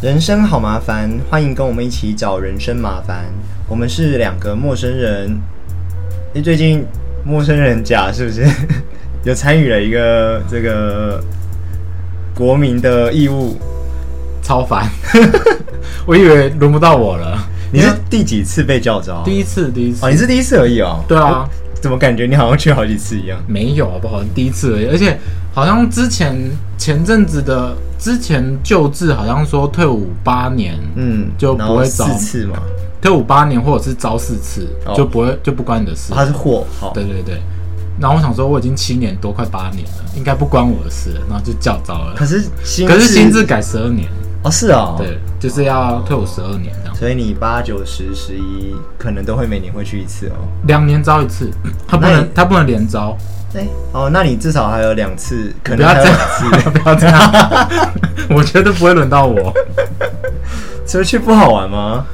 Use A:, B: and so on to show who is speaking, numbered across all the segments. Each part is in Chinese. A: 人生好麻烦，欢迎跟我们一起找人生麻烦。我们是两个陌生人。诶，最近陌生人甲是不是 有参与了一个这个国民的义务？
B: 超烦。 我以为轮不到我了。
A: 你是第几次被叫招？
B: 第一次，第一次
A: 哦，。你是第一次而已哦。
B: 对啊，
A: 怎么感觉你好像去好几次一样？
B: 没有好不好？第一次而已，而且好像之前前阵子的之前旧制好像说退伍八年，
A: 嗯，
B: 就
A: 然
B: 不
A: 后
B: 会找
A: 四次嘛。
B: 退伍八年或者是招四次，
A: 哦
B: 就不会就不关你的事。
A: 哦他是货，好，
B: 对对对。然后我想说，我已经七年多，快八年了，应该不关我的事了，然后就叫招了。
A: 可是薪
B: 可是薪资改十二年，
A: 哦是哦，
B: 对，就是要退伍十二年这样，
A: 所以你八九十十一可能都会每年会去一次哦。
B: 两年招一次，他不
A: 那
B: 能
A: 你
B: 他不能连招，
A: 对，哦，那你至少还有两次，可
B: 不
A: 能
B: 要
A: 还有
B: 这样
A: 两， 次，
B: 不要这样， 我觉得不会轮到我。
A: 所以去不好玩吗？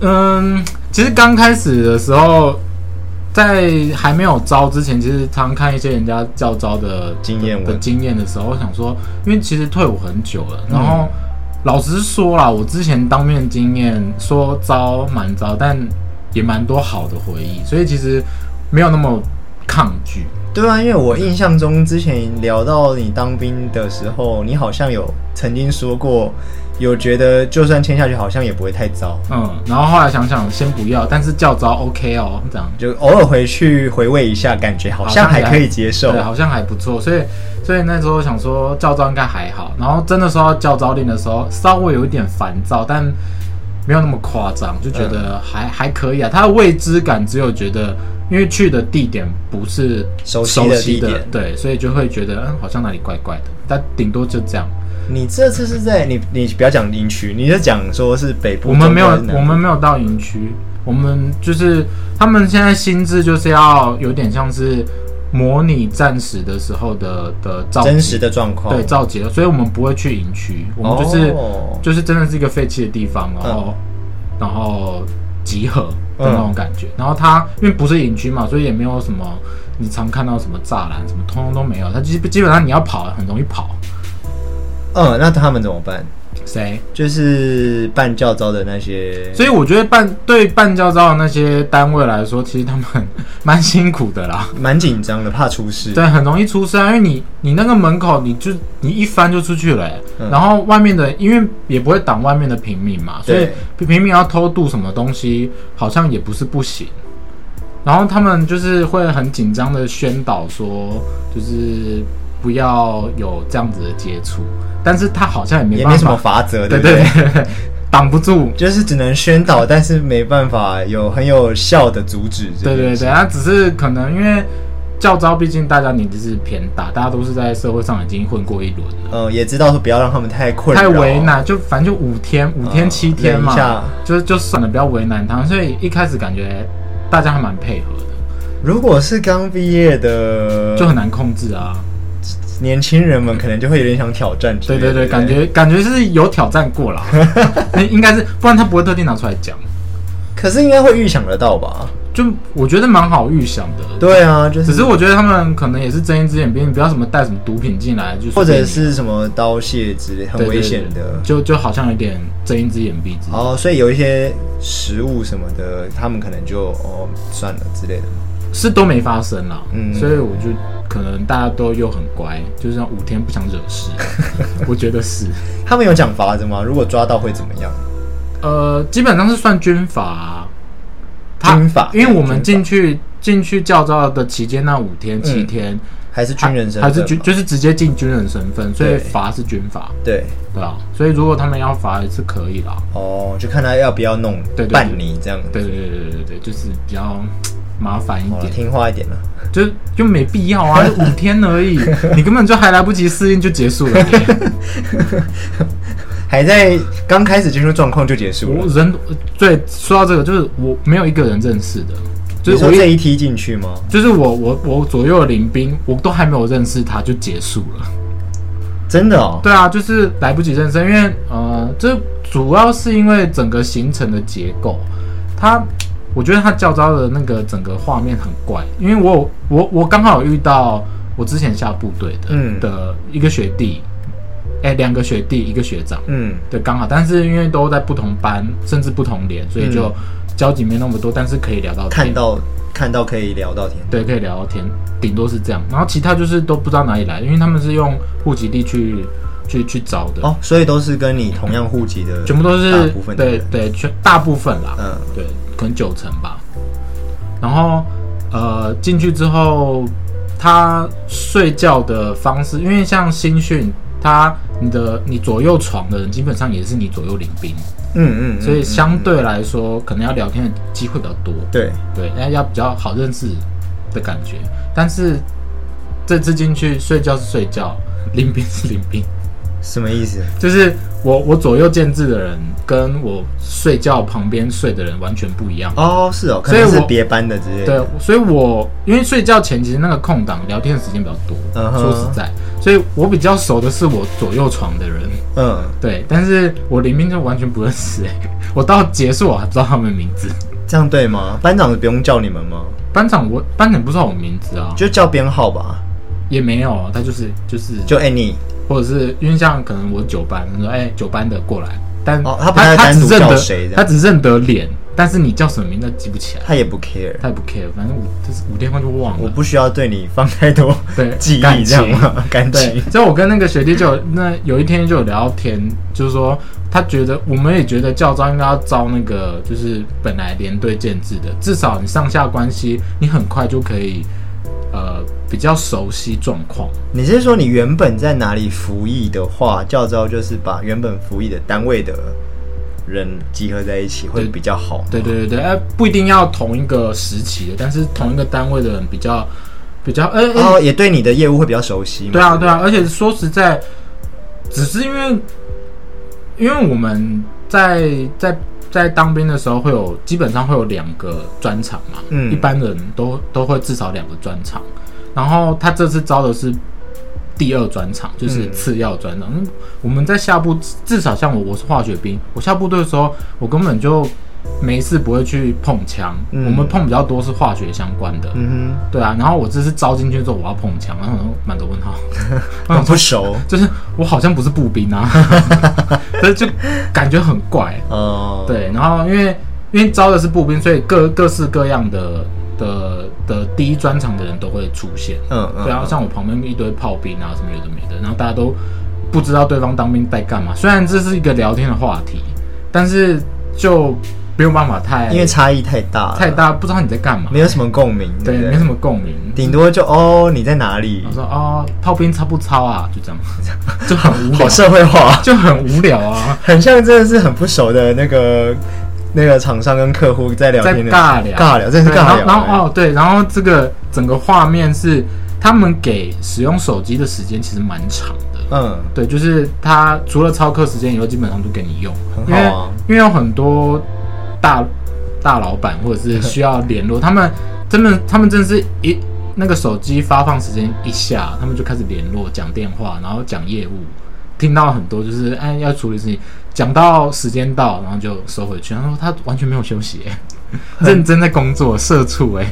B: 嗯，其实刚开始的时候，在还没有招之前，其实常看一些人家教招的
A: 经验文
B: 的经验的时候，我想说，因为其实退伍很久了，然后、老实说啦，我之前当面经验说招蛮招，但也蛮多好的回忆，所以其实没有那么抗拒。
A: 对啊，因为我印象中之前聊到你当兵的时候，你好像有曾经说过，有觉得就算签下去好像也不会太糟，
B: 嗯，然后后来想想，先不要，但是教招 OK 哦，这样。
A: 就偶尔回去回味一下，感觉好像还可以接受
B: 对，。啊好像还不错，所以所以那时候想说教招应该还好，然后真的说到教招令的时候，稍微有一点烦躁，但没有那么夸张，就觉
A: 嗯
B: 得还、还可以啊。它的未知感只有觉得，因为去的地点不是
A: 熟悉
B: 悉
A: 的
B: 的
A: 地点
B: 对，所以就会觉得嗯，好像哪里怪怪的，但顶多就这样。
A: 你这次是在你你不要讲营区，你就讲说是北部，
B: 我们没有
A: 中部还是南，部
B: 我们没有到营区，我们就是他们现在心智就是要有点像是模拟战时的时候的的召集
A: 真实的状况，
B: 对，召集了，所以我们不会去营区，我们就是、
A: 哦
B: 就是真的是一个废弃的地方，然后、然后集合的那种感觉。然后它因为不是营区嘛，所以也没有什么你常看到什么栅栏什么，通通都没有。它基基本上你要跑很容易跑，
A: 嗯，那他们怎么办？
B: 谁？
A: 就是办教招的那些，
B: 所以我觉得办对办教招的那些单位来说，其实他们 蛮辛苦的啦。
A: 蛮紧张的，怕出事。
B: 对，很容易出事啊，因为你你那个门口，你就你一翻就出去了、欸
A: 嗯
B: 然后外面的因为也不会挡外面的平民嘛，所以
A: 对
B: 平平民要偷渡什么东西，好像也不是不行。然后他们就是会很紧张的宣导说，就是不要有这样子的接触，但是他好像也没
A: 也
B: 办
A: 没什
B: 法，
A: 么法则，
B: 对
A: 不对？
B: 对对，挡不住，
A: 就是只能宣导，但是没办法有很有效的阻止这
B: 对
A: 件
B: 对
A: 事。
B: 对，他只是可能因为教招，毕竟大家年纪是偏大，大家都是在社会上已经混过一轮了。
A: 呃，也知道说不要让他们太困
B: 太
A: 扰，
B: 为难，就反正就五天，五天
A: 嗯
B: 七天嘛
A: 忍一下，
B: 就就算了，不要为难他。所以一开始感觉大家还蛮配合的，
A: 如果是刚毕业的，呃
B: 就很难控制啊。
A: 年轻人们可能就会有点想挑战之
B: 对
A: 类的。
B: 对对，感觉感觉是有挑战过 啦，应该是，不然他不会特地拿出来讲。
A: 可是应该会预想得到吧？
B: 就我觉得蛮好预想的，
A: 对啊，就是
B: 只是我觉得他们可能也是睁一只眼闭一只眼，不要什么带什么毒品进来，就
A: 或
B: 随
A: 者
B: 便
A: 是什么刀械之类，很
B: 对对
A: 危
B: 对
A: 险的。
B: 就就好像有点睁一只眼闭一只眼。
A: 哦，所以有一些食物什么的，他们可能就哦算了之类的。
B: 是都没发生啦，
A: 嗯
B: 所以我就可能大家都又很乖，就是那五天不想惹事， 我觉得是，
A: 他们有讲法子吗？如果抓到会怎么样？
B: 呃，基本上是算军法、啊他
A: 军法
B: 因为我们
A: 军
B: 进去进去教招的期间那五天七天，啊
A: 还是军人身份吗？
B: 还是军就是直接进军人身份，所以
A: 对
B: 罚是军法，
A: 对
B: 对啊，所以如果他们要罚也是可以啦，
A: 哦，就看他要不要弄
B: 对对对
A: 办你这样。
B: 对对对对对对，就是比较麻烦一
A: 好了，
B: 点，
A: 听话一点了。
B: 就就没必要啊，就五天 而已，你根本就还来不及适应就结束了耶。
A: 还在刚开始进入状况就结束
B: 我
A: 了。
B: 人对，说到这个，就是我没有一个人认识的，
A: 你
B: 就是
A: 说
B: 我
A: 这
B: 一
A: 一梯进去吗？
B: 就是我我我左右的邻兵，我都还没有认识他就结束了。
A: 真的哦，
B: 对啊，就是来不及认识，因为呃，这主要是因为整个行程的结构，它我觉得它教招的那个整个画面很怪，因为我有我我刚好有遇到我之前下部队的、
A: 嗯
B: 的一个学弟，哎两个学弟一个学长，
A: 嗯，
B: 对，刚好，但是因为都在不同班，甚至不同连，所以就交集没那么多，但是可以聊到天
A: 嗯看到看到可以聊到天，
B: 对，可以聊到天，顶多是这样。然后其他就是都不知道哪里来，因为他们是用户籍地去去去找的，
A: 哦，所以都是跟你同样户籍的，
B: 全部都
A: 大
B: 是
A: 部分的
B: 对
A: 人
B: 对，全大部分啦，
A: 嗯
B: 对，可能九成吧。然后呃，进去之后，他睡觉的方式，因为像新训，他你的你左右床的人基本上也是你左右邻兵，
A: 嗯嗯，
B: 所以
A: 嗯
B: 相对来说，可能要聊天的机会比较多，
A: 对，
B: 对，要要比较好认识的感觉。但是这次进去睡觉是睡觉，临兵是临兵，
A: 什么意思？
B: 就是我我左右建制的人跟我睡觉旁边睡的人完全不一样。
A: 哦，是哦，可
B: 所以
A: 能是
B: 我
A: 别班的之类
B: 对
A: 的，，
B: 所以我因为睡觉前其实那个空档聊天的时间比较多
A: 嗯哼
B: 说实在，所以我比较熟的是我左右床的人，
A: 嗯，
B: 对，但是我临兵就完全不认识、欸，我到结束我还不知道他们名字。
A: 这样对吗？班长不用叫你们吗？
B: 班长我班长不知道我名字啊，
A: 就叫编号吧，
B: 也没有啊，他就是就是
A: 就 any，
B: 或者是因为像可能我九班，他说哎九班的过来，但
A: 哦他不
B: 他
A: 太单独
B: 只认
A: 叫
B: 得
A: 谁这样
B: 他只认得脸，但是你叫什么名字他记不起来，
A: 他也不 care，
B: 他也不 care，反正我就是五天后就忘
A: 我
B: 了。
A: 不需要对你放太多
B: 对，
A: 记
B: 感
A: 忆，这
B: 情
A: 样吗？感
B: 对
A: 情，，
B: 所以我跟那个学弟就有那有一天就有聊天，就是说他觉得我们也觉得教招应该要招那个就是本来连队建制的，至少你上下关系你很快就可以呃比较熟悉状况。
A: 你是说你原本在哪里服役的话，教招就是把原本服役的单位的人集合在一起会
B: 对
A: 比较好吗？
B: 对对对对，哎、不一定要同一个时期的，但是同一个单位的人比较比较，哎、哎、
A: 哦，也对你的业务会比较熟悉嘛。
B: 对啊对啊，而且说实在，只是因为因为我们在在在当兵的时候会有基本上会有两个专场嘛，
A: 嗯
B: 一般人都都会至少两个专场，然后他这次招的是。第二专场就是
A: 嗯
B: 次要专场。嗯、我们在下部，至少像我，我是化学兵，我下部队的时候，我根本就没事不会去碰枪。
A: 嗯
B: 我们碰比较多是化学相关的，
A: 嗯
B: 对啊。然后我这次招进去之后，我要碰枪，然后我满头问号。
A: 哼，很不熟。
B: 就是我好像不是步兵 啊，但是就感觉很怪。
A: 哦，，
B: 对，然后因为因为招的是步兵，所以各各式各样的的的第一专场的人都会出现。
A: 嗯嗯，
B: 对啊，像我旁边一堆炮兵啊，什么有的没的，然后大家都不知道对方当兵在干嘛。虽然这是一个聊天的话题，但是就没有办法太
A: 因为差异太大了，
B: 太，大，不知道你在干嘛，
A: 没有什么共鸣，
B: 对，
A: 不
B: 没什么共鸣。
A: 顶多就哦你在哪里
B: 我，说哦，炮兵操不操啊？就这 样，就很无聊
A: 好，社会化，
B: 就很无聊啊。
A: 很像真的是很不熟的那个那个厂商跟客户在聊
B: 在
A: 天的
B: 尬聊，
A: 尬聊，真的是
B: 对然
A: 尬
B: 后
A: 聊。
B: 然
A: 哎
B: 后哦，对，然后这个整个画面是他们给使用手机的时间其实蛮长的。
A: 嗯，
B: 对，就是他除了操课时间以后，基本上都给你用，
A: 很
B: 因为
A: 好啊
B: 因为有很多大大老板或者是需要 联络，他们真的他们真的是一那个手机发放时间一下，他们就开始联络、讲电话，然后讲业务，听到很多就是哎要处理事情，讲到时间到，然后就收回去。他说他完全没有休息、欸认真在工作，社畜哎、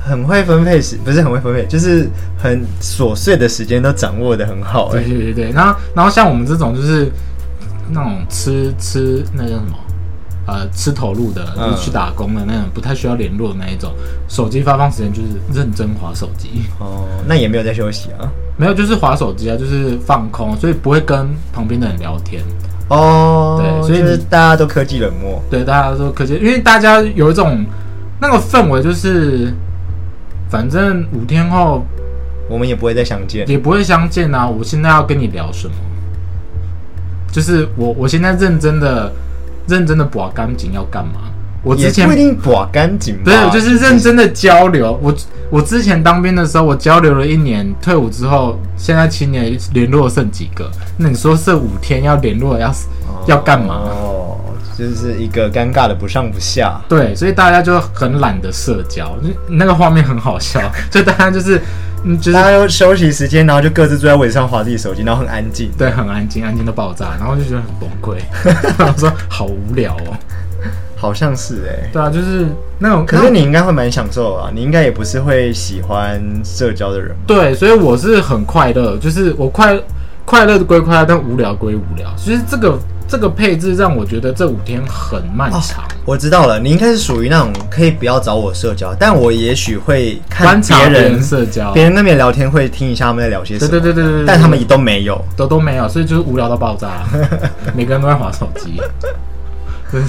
A: 很会分配时，不是很会分配，就是很琐碎的时间都掌握的很好，
B: 对
A: 哎，
B: 对对对，然后然后像我们这种就是那种吃吃那叫什么？呃，吃投入的，
A: 嗯
B: 就是去打工的那种，不太需要联络的那一种。手机发放时间就是认真划手机，
A: 哦，那也没有在休息啊。
B: 没有就是划手机啊，就是放空，所以不会跟旁边的人聊天。
A: 哦，
B: 对所以
A: 就是
B: 你
A: 大家都科技冷漠，
B: 对，大家都可见，因为大家有一种那个氛围，就是反正五天后
A: 我们也不会再相见。
B: 也不会相见啊。我现在要跟你聊什么？就是我我现在认真的认真的把干净要干嘛？我
A: 也
B: 之前
A: 不一定把干净吧，
B: 不是就是认真的交流。我我之前当兵的时候，我交流了一年，退伍之后，现在七年联络剩几个？那你说这五天要联络要
A: 哦
B: 要干嘛？
A: 哦，就是一个尴尬的不上不下。
B: 对，所以大家就很懒得社交，就那个画面很好笑，就大家就是，嗯，就是
A: 大家都休息时间，然后就各自坐在位置上划自己手机，然后很安静。
B: 对，很安静，安静到爆炸，然后就觉得很崩 溃，然后说好无聊哦。
A: 好像是哎、
B: 对啊，就是那种，
A: 可
B: 那
A: 是
B: 种
A: 你应该会蛮享受啊，你应该也不是会喜欢社交的人。
B: 对，所以我是很快乐，就是我快快乐归快乐，但无聊归无聊。其实这个这个配置让我觉得这五天很漫长。
A: 我知道了，你应该是属于那种可以不要找我社交，但我也许会看
B: 观察
A: 别
B: 别人
A: 人
B: 社交，
A: 别人那边聊天，会听一下他们在聊些什
B: 对
A: 么。
B: 对对对对对，
A: 但他们也都没有。
B: 都都没有，所以就是无聊到爆炸、 每个人都在划手机。 就是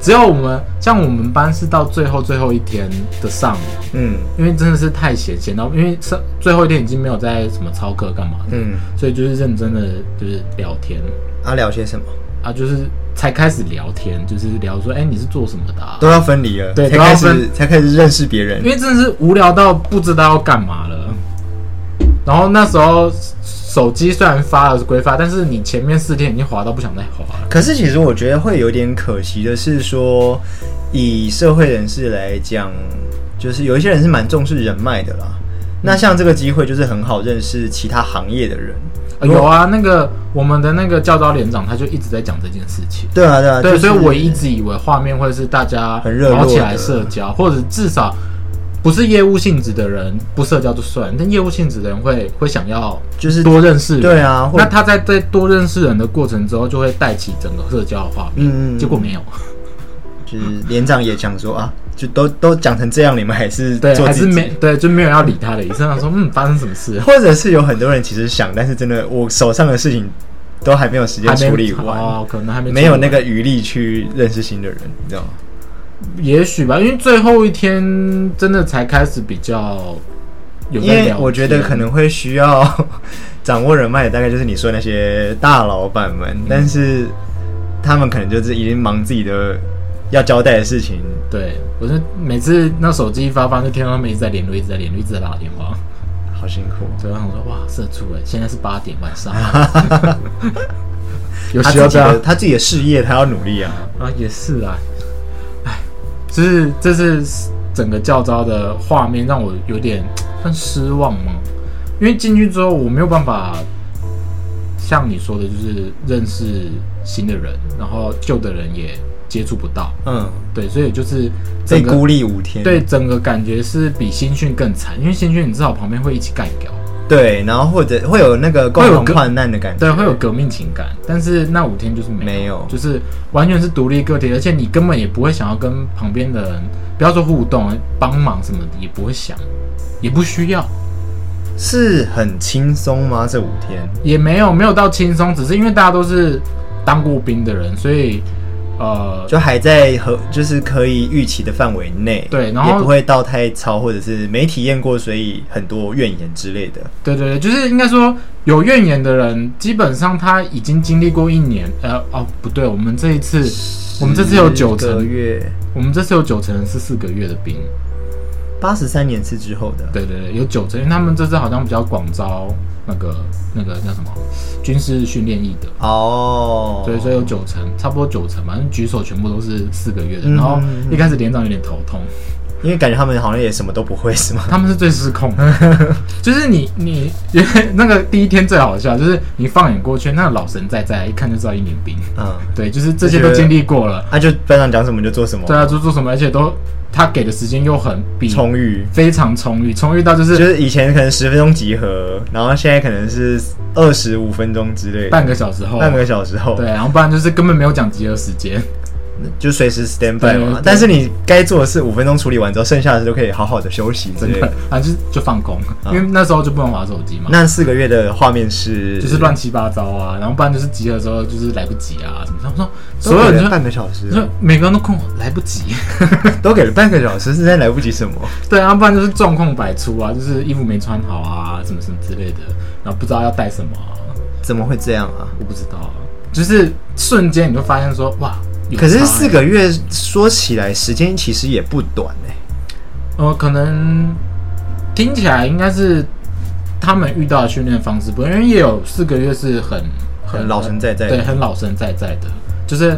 B: 只有我们像我们班是到最后最后一天的上午，
A: 嗯
B: 因为真的是太闲闲到，因为上最后一天已经没有在什么操课干嘛的，
A: 嗯，
B: 所以就是认真的就是聊天
A: 啊，聊些什么
B: 啊，就是才开始聊天，就是聊说，哎、你是做什么的、啊？
A: 都要分离了，
B: 对
A: 才
B: 都要
A: 开
B: 分
A: 始才开始认识别人
B: 因。为真的是无聊到不知道要干嘛了。然后那时候手机虽然发了是归发，但是你前面四天已经滑到不想再滑了。
A: 可是其实我觉得会有点可惜的是说，以社会人士来讲，就是有一些人是蛮重视人脉的啦。那像这个机会就是很好认识其他行业的人。
B: 呃有啊，那个我们的那个教导连长他就一直在讲这件事情。
A: 对啊，对啊，
B: 对，
A: 就是
B: 所以我一直以为画面会是大家
A: 很热络
B: 聊起
A: 的
B: 来社交，或者至少不是业务性质的人不社交就算，但业务性质的人会会想要
A: 就是
B: 多认识人。
A: 对啊，或
B: 那他在在多认识人的过程之后，就会带起整个社交的画面。
A: 嗯，嗯
B: 结果没 有，
A: 就是连长也讲说啊，就都都讲成这样，你们还是
B: 对，
A: 做
B: 还
A: 自
B: 是
A: 己
B: 没对，就没有要理他的意思。他说，嗯，发生什么事了？
A: 或者是有很多人其实想，但是真的我手上的事情都还没有时间
B: 还没
A: 处理完，
B: 哦，可能还没
A: 没有
B: 处理
A: 那
B: 完
A: 个余力去认识新的人，你知道吗？
B: 也许吧，因为最后一天真的才开始比较有在
A: 因为
B: 聊
A: 我觉得
B: 天啊
A: 可能会需要 掌握人脉的，大概就是你说的那些大老板们，
B: 嗯
A: 但是他们可能就是已经忙自己的要交代的事情，
B: 对我是每次那手机一发放，就听到他们一直在联络，一直在联络，一直在打电话。
A: 好辛苦。
B: 所以我想说，哇，社畜哎，现在是八点晚上， 有
A: 他
B: 需
A: 自
B: 要
A: 己
B: 这样
A: 的他自己的事业，他要努力啊。
B: 啊？也是啊，哎，就是这是整个教招的画面让我有点算失望吗？因为进去之后我没有办法像你说的，就是认识新的人，然后旧的人也接触不到，
A: 嗯，
B: 对，所以哎就是
A: 被
B: 整个
A: 孤立五天。
B: 对整个感觉是比新训更惨，因为新训你至少旁边会一起干掉，
A: 对，然后或者会有那个共
B: 会有
A: 同
B: 个
A: 患难的感觉。
B: 对，会有革命情感，但是那五天就是没
A: 没有
B: 就是完全是独立个体，而且你根本也不会想要跟旁边的人，不要说互动、帮忙什么的，也不会想，也不需要，
A: 是很轻松吗？这五天？
B: 也没有没有到轻松，只是因为大家都是当过兵的人，所以呃，
A: 就还在和就是可以预期的范围内，
B: 对然后
A: 也不会到太超，或者是没体验过，所以很多怨言之类的。
B: 对对对，就是应该说有怨言的人，基本上他已经经历过一年，呃哦不对，我们这一次我们这次有九
A: 个
B: 成
A: 月，
B: 我们这次有九成人是四个月的兵，
A: 八十三年是之后的，
B: 对对对，有九成，因为他们这次好像比较广招那个那个叫什么军事训练役的，
A: 哦，
B: 所以所以有九成，差不多九成吧，反正举手全部都是四个月的。
A: 嗯
B: 然后一开始连长有点头 痛，
A: 因为感觉他们好像也什么都不会，是吗？
B: 他们是最失控的，就是你你那个第一天最好笑，就是你放眼过去，那个老神在在，一看就知道一年兵，
A: 嗯，
B: 对，就是这些都经历过了，
A: 他、就班长讲什么就做什么，
B: 对啊，就做什么，而且都他给的时间又很比
A: 充裕。
B: 非常充裕，充裕到就
A: 就是是以前可能十分钟集合，然后现在可能是二十五分钟之类的，
B: 半个小时后，
A: 半个小时后，
B: 对，然后不然就是根本没有讲集合时间。
A: 就随时 stand by
B: 对对
A: 嘛。但是你该做的事五分钟处理完之后，剩下的事都可以好好的休息之
B: 真
A: 类
B: 的
A: 的。，
B: 啊，就是就放空，因为那时候就不能划手机嘛，
A: 嗯那四个月的画面是
B: 就是乱七八糟啊，然后不然就是集合的时候就是来不及啊，什么的。我说
A: 都
B: 所
A: 给
B: 有
A: 了
B: 人
A: 半
B: 就
A: 个小时，
B: 就每个人都空来不及，
A: 都给了半个小时，实在来不及什么。
B: 对啊，不然就是状况百出啊，就是衣服没穿好啊，什么什么之类的，然后不知道要带什么啊、
A: 怎么会这样啊？
B: 我不知道啊，就是瞬间你就发现说哇，有
A: 可
B: 差
A: 是
B: 欸
A: 四个月说起来，时间其实也不短哎、
B: 呃，可能听起来应该是他们遇到的训练方式不一样，因为也有四个月是很
A: 很老神在在的
B: 对，很老神在在的，就是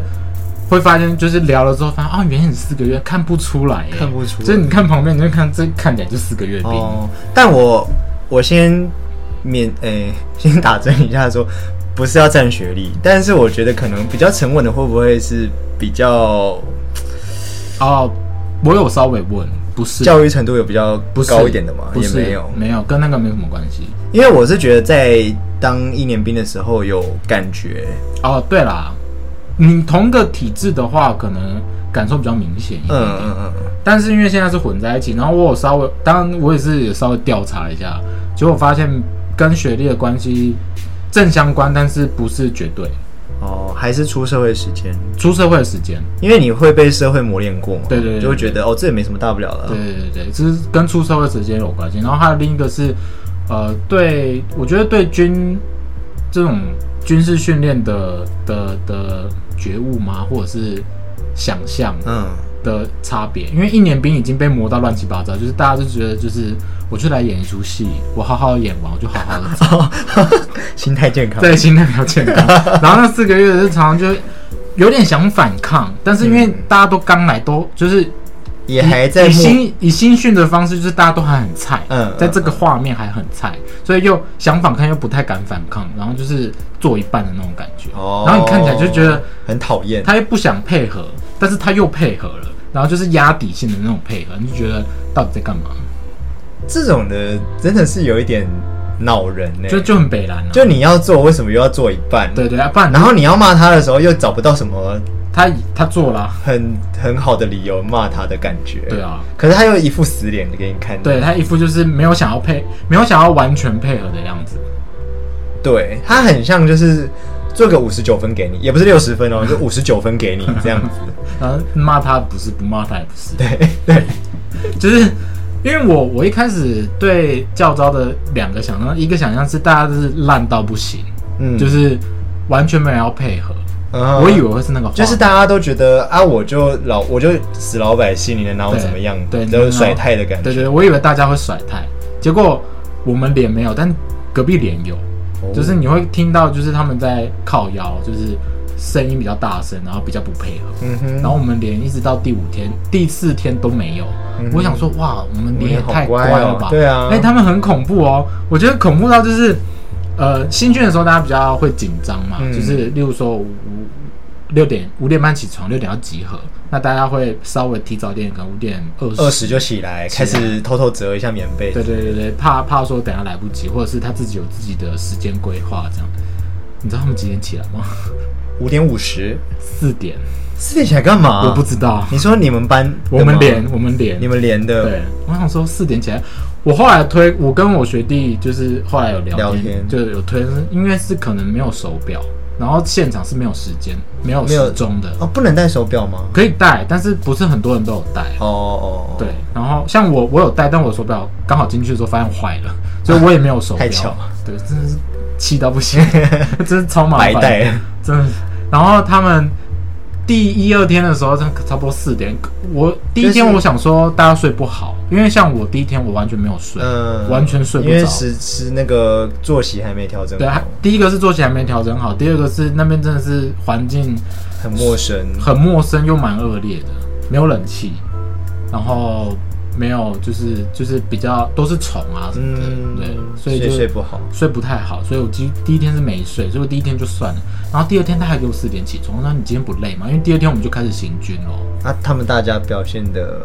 B: 会发现，就是聊了之后发现，哦，原来你四个月看不出来耶，
A: 看不出来
B: 就是你看旁边，你就看这看起来就四个月兵，
A: 哦，但我我先免诶、 先打针一下说，不是要占学历，但是我觉得可能比较沉稳的会不会是比较
B: 哦，我有稍微问，不是
A: 教育程度有比较
B: 不是
A: 高一点的嘛，
B: 不
A: 也
B: 是
A: 没有。
B: 没有跟那个没有什么关系。
A: 因为我是觉得在当一年兵的时候有感觉，
B: 哦，对啦，你同个体制的话，可能感受比较明显一点。
A: 嗯嗯嗯嗯，
B: 但是因为现在是混在一起，然后我有稍微，当然我也是有稍微调查一下，结果发现跟学历的关系正相关，但是不是绝对。
A: 哦，还是出社会时间，
B: 出社会的时间，
A: 因为你会被社会磨练过嘛，
B: 对对对
A: 就会觉得哦，这也没什么大不了的啊。
B: 对对对对，这是跟出社会时间有关系。然后还有另一个是，呃，对我觉得对军这种军事训练的的的觉悟吗，或者是想象
A: 嗯，
B: 的差别，因为一年兵已经被磨到乱七八糟，就是大家就觉得就是我就来演一出戏，我好好演完，我就好好的 走。
A: 心态健康。
B: 对，心态比较健康。然后那四个月就常常就有点想反抗，但是因为
A: 嗯
B: 大家都刚来都，就是
A: 也还在
B: 以
A: 摸
B: 新以新训的方式，就是大家都还很菜，
A: 嗯
B: 在这个画面还很菜，所以又想反抗又不太敢反抗，然后就是做一半的那种感觉。
A: 哦，
B: 然后你看起来就觉得
A: 很讨厌。
B: 他又不想配合，但是他又配合了，然后就是压底线的那种配合，你就觉得到底在干嘛？
A: 这种的真的是有一点恼人呢、
B: 就就很北蓝啊。
A: 就你要做，为什么又要做一半？
B: 对对，啊不然
A: 然后你要骂他的时候，又找不到什么
B: 他他做了啊，
A: 很很好的理由骂他的感觉。
B: 对啊。
A: 可是他又一副死脸给你看。
B: 对他一副就是没有想要配，没有想要完全配合的样子。
A: 对他很像就是做个五十九分给你，也不是六十分哦，就五十九分给你这样子。
B: 然后骂他不是，不骂他也不是，
A: 对对，
B: 就是因为我我一开始对教招的两个想象，一个想象是大家都是烂到不行，
A: 嗯
B: 就是完全没有要配合。
A: 嗯
B: 我以为会是那个画面，
A: 就是大家都觉得啊，我就老我就死老百姓，你能拿我怎么样？
B: 对，对
A: 就是甩太的感
B: 对
A: 觉。哦
B: 对，我以为大家会甩太，结果我们连没有，但隔壁连有，
A: 哦
B: 就是你会听到，就是他们在靠腰，就是声音比较大声，然后比较不配合。
A: 嗯哼，
B: 然后我们连一直到第五天、第四天都没有。
A: 嗯哼
B: 我想说，哇，我们连也
A: 我们好
B: 太
A: 乖哦
B: 了吧？
A: 对啊
B: 哎、他们很恐怖哦。我觉得恐怖到就是，呃，新训的时候大家比较会紧张嘛，
A: 嗯
B: 就是例如说五五六点五点半起床，六点要集合，那大家会稍微提早一点，可能五点二十。
A: 二十就起来，
B: 起
A: 开
B: 来
A: 始偷偷折一下棉被。
B: 对对对对，怕怕说等下来不及，或者是他自己有自己的时间规划这样。你知道他们几点起来吗？
A: 五点五十，
B: 四点，
A: 四点起来干嘛？
B: 我不知道。
A: 你说你们班啊的吗，
B: 我们连，我们连，
A: 你们连的
B: 对，我想说四点起来，我后来推，我跟我学弟就是后来有聊
A: 聊天
B: 就有推，因为是可能没有手表，然后现场是没有时间、没有
A: 没有
B: 时钟的，
A: 哦，不能戴手表吗？
B: 可以戴，但是不是很多人都有戴。
A: 哦哦，哦
B: 对，，然后像我，我有戴，但我的手表刚好进去的时候发现坏了，所以我也没有手表。
A: 太巧了，
B: 对，真的是气到不行， 真是超麻
A: 白
B: 烦。
A: 戴了。
B: 真的。然后他们第一二天的时候，差差不多四点。我第一天
A: 就是
B: 我想说大家睡不好，因为像我第一天我完全没有 睡，
A: 嗯，
B: 完全睡不
A: 因为
B: 着。
A: 是是那个作息还没调整
B: 对，啊还
A: 好，
B: 第一个是作息还没调整好，第二个是那边真的是环境
A: 很陌生。
B: 很陌生又蛮恶劣的，没有冷气，然后没有就是就是比较都是虫啊什么的，
A: 嗯，
B: 对，所以就
A: 睡不好。
B: 睡不太好，所以我第第一天是没睡，所以我第一天就算了。然后第二天他还给我四点起床，我说你今天不累吗？因为第二天我们就开始行军喽，
A: 啊，他们大家表现的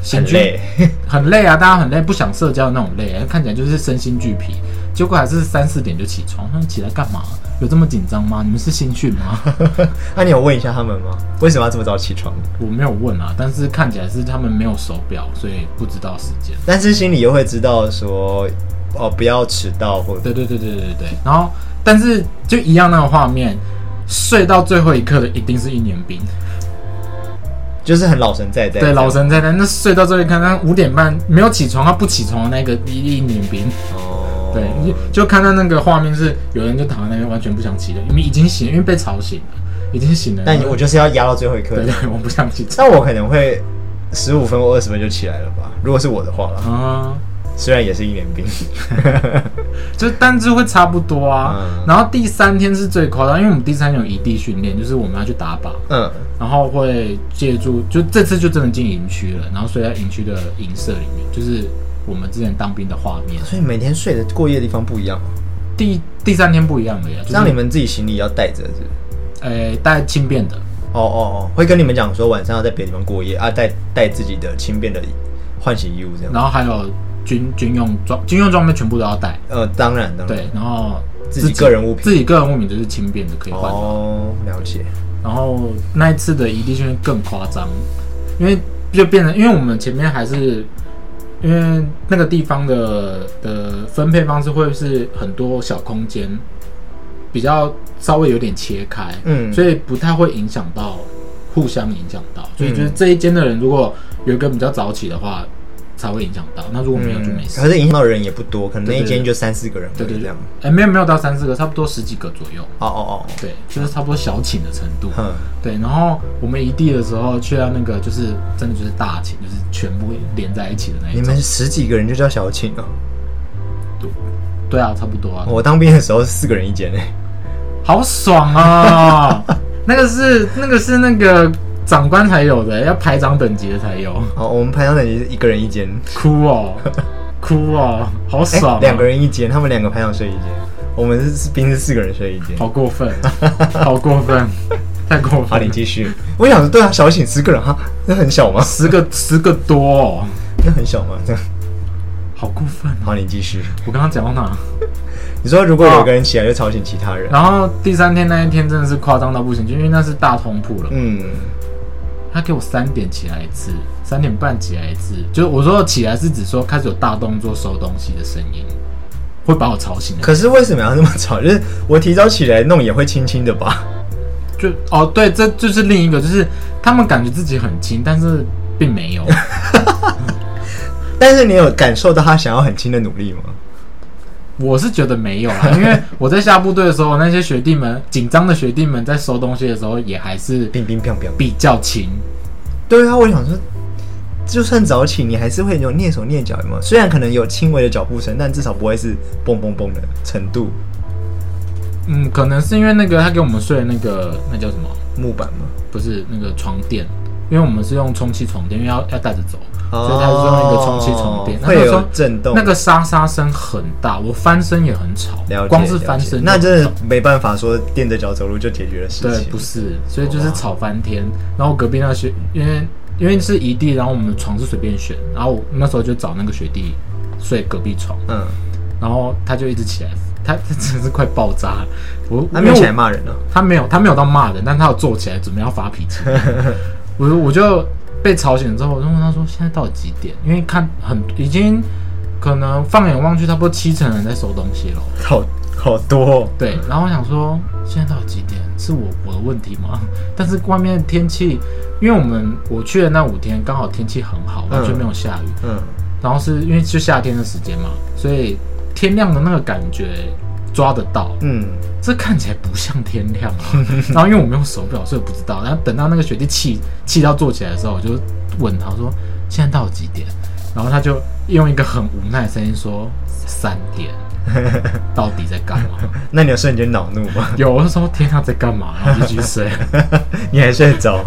B: 行
A: 很
B: 军
A: 累，
B: 很累啊，大家很累，不想社交的那种累，啊看起来就是身心俱疲。结果还是三四点就起床，那你起来干嘛？有这么紧张吗？你们是新训吗？
A: 那、你有问一下他们吗？为什么要这么早起床？
B: 我没有问啊，但是看起来是他们没有手表，所以不知道时间。
A: 但是心里又会知道说，哦，不要迟到或者
B: 对对对对对对对。然后，但是就一样那个画面，睡到最后一刻的一定是一年兵。
A: 就是很老神在在。
B: 对，老。神在在那睡到这里看，他五点半没有起床，他不起床的那个一一年兵，
A: 嗯哦，
B: 对，你就看到那个画面是有人就躺在那边完全不想起的，因为已经醒了，因为被吵醒了，已经醒了。
A: 但我就是要压到最后一刻
B: 对。对，我不想起床
A: 那我可能会十五分或二十分就起来了吧？如果是我的话啦，
B: 啊，
A: 虽然也是一年兵，
B: 就但是会差不多啊。
A: 嗯
B: 然后第三天是最夸张，因为我们第三天有异地训练，就是我们要去打靶，
A: 嗯，
B: 然后会借助，就这次就真的进营区了，然后睡在营区的营舍里面，就是我们之前当兵的画面。
A: 所以每天睡的过夜的地方不一样嘛，
B: 第第三天不一样了呀，就是
A: 让你们自己行李要带着是不是
B: 呃，带轻便的，
A: 哦哦哦，会跟你们讲说晚上要在别的地方过夜啊，带带自己的轻便的换洗衣物这样。
B: 然后还有军军用装军用装备全部都要带，
A: 呃，当然当然。
B: 对，然后
A: 自己个人物品
B: 自己个人物品就是轻便的可以换的。
A: 哦，了解。
B: 然后那一次的异地训练更夸张，因为就变成，因为我们前面还是因为那个地方的的分配方式会是很多小空间，比较稍微有点切开，
A: 嗯
B: 所以不太会影响到互相影响到，所以
A: 嗯
B: 就是这一间的人如果有一个比较早起的话，才会影响到，那如果没有就没事。
A: 可是影响到的人也不多，可能那一
B: 嗯对对
A: 间
B: 对
A: 就三四个人，
B: 对
A: 嗯
B: 对
A: 这
B: 对
A: 样。，
B: 哎，没有没有到三四个，差不多十几个左右，
A: 哦哦哦，
B: 对，就是差不多小寝的程度。
A: 哼，
B: 对，然后我们一地的时候去到那个就是真的就是大寝，就是全部连在一起的那一
A: 你
B: 种。
A: 们十几个人就叫小寝哦。
B: 对啊，差不多啊，
A: 我当兵的时候是四个人一间诶，欸
B: 好爽 啊！那个是那个是那个长官才有的，要排长等级的才有，
A: 哦，我们排长等级是一个人一间，
B: 哭 哦，哭哦，好
A: 哎
B: 爽、啊，
A: 两个人一间，他们两个排长睡一间，我们是是兵是四个人睡一间。
B: 好过 分，好过分，太过
A: 好，
B: 分
A: 你
B: 了。
A: 继续。我想说，对啊，小寝十个人哈，那很小吗？
B: 十个十个多、哦，
A: 那很小吗？这 样。
B: 好过分哦！
A: 好，你继续。
B: 我刚刚讲到哪？
A: 你说如果有个人起来就吵醒其他人，
B: 然后第三天那一天真的是夸张到不行，就因为那是大通铺了，
A: 嗯，
B: 他给我三点起来一次，三点半起来一次，就是我说起来是指说开始有大动作收东西的声音，会把我吵醒的。
A: 可是为什么要那么吵？就是我提早起来弄也会轻轻的吧？
B: 就哦，对，这就是另一个，就是他们感觉自己很轻，但是并没有。
A: 但是你有感受到他想要很轻的努力吗？
B: 我是觉得没有啦，因为我在下部队的时候，那些学弟们紧张的学弟们在收东西的时候，也还是
A: 冰冰乓乓。
B: 比较轻。
A: 对啊，我想说，就算早起，你还是会有蹑手蹑脚，有没有？虽然可能有轻微的脚步声，但至少不会是蹦蹦蹦的程度。
B: 嗯，可能是因为那个他给我们睡的那个那叫什么？
A: 木板吗？
B: 不是那个床垫，因为我们是用充气床垫，因为要要带着走，
A: 哦
B: 所以他是用那个充气床垫。那
A: 会
B: 那时候
A: 有震动
B: 那个沙沙声很大，我翻身也很吵
A: 了，解，
B: 光是
A: 了解
B: 翻身就
A: 那
B: 很
A: 真的
B: 吵
A: 没办法说垫着脚走路就解决了事
B: 对，
A: 情。
B: 不是，所以就是
A: 哇
B: 吵翻天。然后隔壁那个学，因为因为是一地，然后我们的床是随便选，然后我那时候就找那个学弟睡隔壁床，
A: 嗯，
B: 然后他就一直起来，他 他真的是快爆炸了。我
A: 他没有
B: 因
A: 起
B: 为
A: 来
B: 我
A: 骂人啊。
B: 他没有，他没有到骂人，但他有坐起来准备要 发脾气。我我就被吵醒之后，我就问他说：“现在到底几点？”因为看很已经可能放眼望去，差不多七成人在收东西了。
A: 好好多、哦，
B: 对，然后我想说，现在到底几点？是我我的问题吗？但是外面天气，因为我们我去的那五天刚好天气很好，完全没有下雨。
A: 嗯，
B: 然后是因为就夏天的时间嘛，所以天亮的那个感觉抓得到。
A: 嗯，
B: 这看起来不像天亮啊。然后因为我没有手表，所以我不知道。然后等到那个学弟气气到坐起来的时候，我就问他说：“现在到底几点？”然后他就用一个很无奈的声音说：“三点。”到底在干嘛？
A: 那你有瞬间恼怒吗？
B: 有的时候天亮啊在干嘛？然后就去睡，
A: 你还睡得着？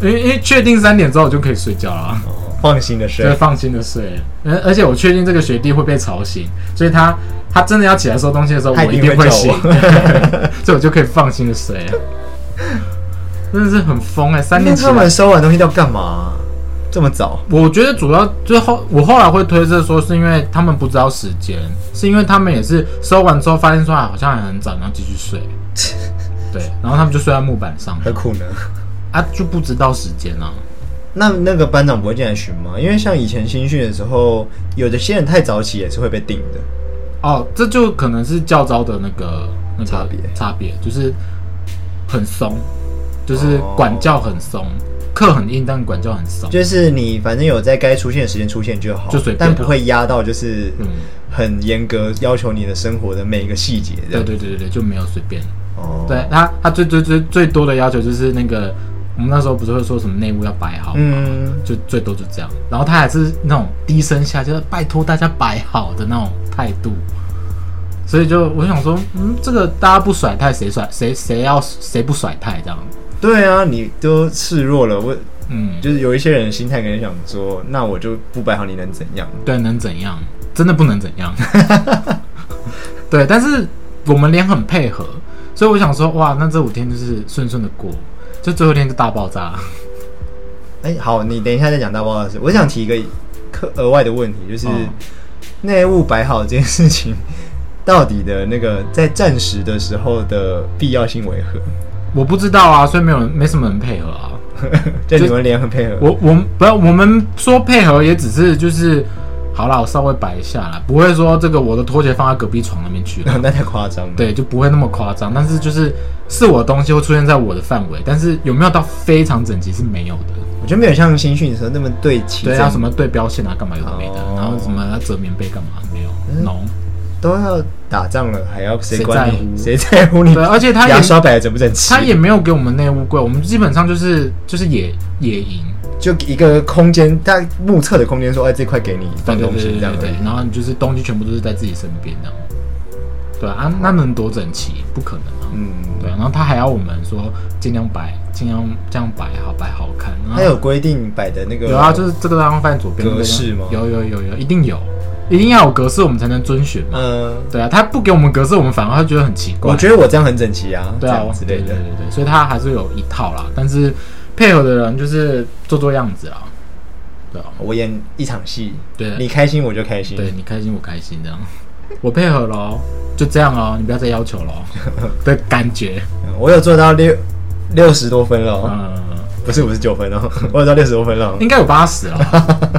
B: 因为因为确定三点之后我就可以睡觉了。啊
A: 哦，放心的
B: 就会
A: 睡。
B: 放心的睡，而而且我确定这个学弟会被吵醒，所以他他真的要起来收东西的时候，
A: 他
B: 我
A: 一
B: 一
A: 定
B: 定
A: 会
B: 会
A: 叫
B: 醒
A: 我，
B: 所以我就可以放心的睡了。真的是很疯哎、三
A: 那
B: 点起
A: 他们
B: 来。
A: 收完东西要干嘛、这么早？
B: 我觉得主要最后我后来会推测说，是因为他们不知道时间，是因为他们也是收完之后发现说啊好像还很早，然后继续 睡。对，然后他们就睡在木板上
A: 何苦呢？
B: 啊，就不知道时间啊。
A: 那那个班长不会进来巡吗？因为像以前新训的时候，有的些人太早起也是会被定的。
B: 哦，这就可能是教招的那个那个
A: 差别
B: 差别就是很松，就是
A: 哦
B: 管教很松，课、很硬，但管教很松。
A: 就是你反正有在该出现的时间出现就好，
B: 就随便啊
A: 但不会压到就是
B: 嗯
A: 很严格要求你的生活的每一个细节这
B: 对
A: 样。
B: 对对对对，就没有随便。
A: 哦，
B: 对啊他，他最最最最多的要求就是那个，我们那时候不是会说什么内务要摆好，
A: 嗯，
B: 就最多就这样。然后他还是那种低声下气，就是拜托大家摆好的那种态度。所以就我想说，嗯，这个大家不甩态，谁甩谁谁要谁不甩态这样，
A: 对啊，你都示弱了，我
B: 嗯，
A: 就是有一些人心态可能想说，那我就不摆好，你能怎样？
B: 对，能怎样？真的不能怎样。 对，但是我们连很配合，所以我想说，哇，那这五天就是顺顺的过。就最后一天就大爆炸了。
A: 哎、好，你等一下再讲大爆炸的事。我想提一个课额外的问题，就是
B: 嗯
A: 内务摆好这件事情，到底的那个在战时的时候的必要性为何？
B: 我不知道啊，所以没有人，没什么人配合啊。
A: 就你们联合配合，
B: 我我们不，我们说配合也只是就是，好啦，我稍微摆一下啦，不会说这个我的拖鞋放在隔壁床那边去 了，
A: 那太夸张了。
B: 对，就不会那么夸张。但是就是是我的东西会出现在我的范围，但是有没有到非常整齐是没有的。
A: 我觉得没有像新训的时候那么对齐整，
B: 对啊，什么对标线啊，干嘛有的没的，
A: 哦嗯
B: 然后什么要折棉被干嘛没有，浓、
A: 都要打仗了，还要谁
B: 谁
A: 管
B: 在
A: 你？
B: 乎
A: 谁在乎你
B: 对，？啊而且他也
A: 牙刷摆的整不整齐？
B: 他也没有给我们内务柜，我们基本上就是就是野野营，
A: 就一个空间，他目测的空间说，哎，这块给你
B: 对
A: 放
B: 对
A: 东
B: 对
A: 西
B: 对
A: 这样
B: 对
A: 而
B: 对
A: 已，。
B: 然后你就是东西全部都是在自己身边这样。对啊，那能多整齐？不可能啊。
A: 嗯，
B: 对啊，然后他还要我们说尽量摆，尽量这样摆好，摆好看。然后
A: 他有规定摆的那个，
B: 有啊，就是这个地方放在左边，
A: 格式
B: 那个
A: 吗
B: 地方有有有有，一定有，一定要有格式，我们才能遵循嘛。
A: 嗯，
B: 对啊，他不给我们格式，我们反而会觉得很奇怪。
A: 我觉得我这样很整齐啊，
B: 对
A: 这
B: 啊
A: 样，之
B: 对
A: 类
B: 对
A: 的
B: 对。对，所以他还是有一套啦，但是配合的人就是做做样子啦。对啊，
A: 我演一场戏，
B: 对
A: 你开心我就开心，
B: 对你开心我开心这样，我配合喽，就这样哦，你不要再要求 喽的感觉。
A: 嗯我有做到六六十多分了哦，
B: 嗯，
A: 不是五十九分哦， 我有到六十多分了哦。
B: 应该有八十啦，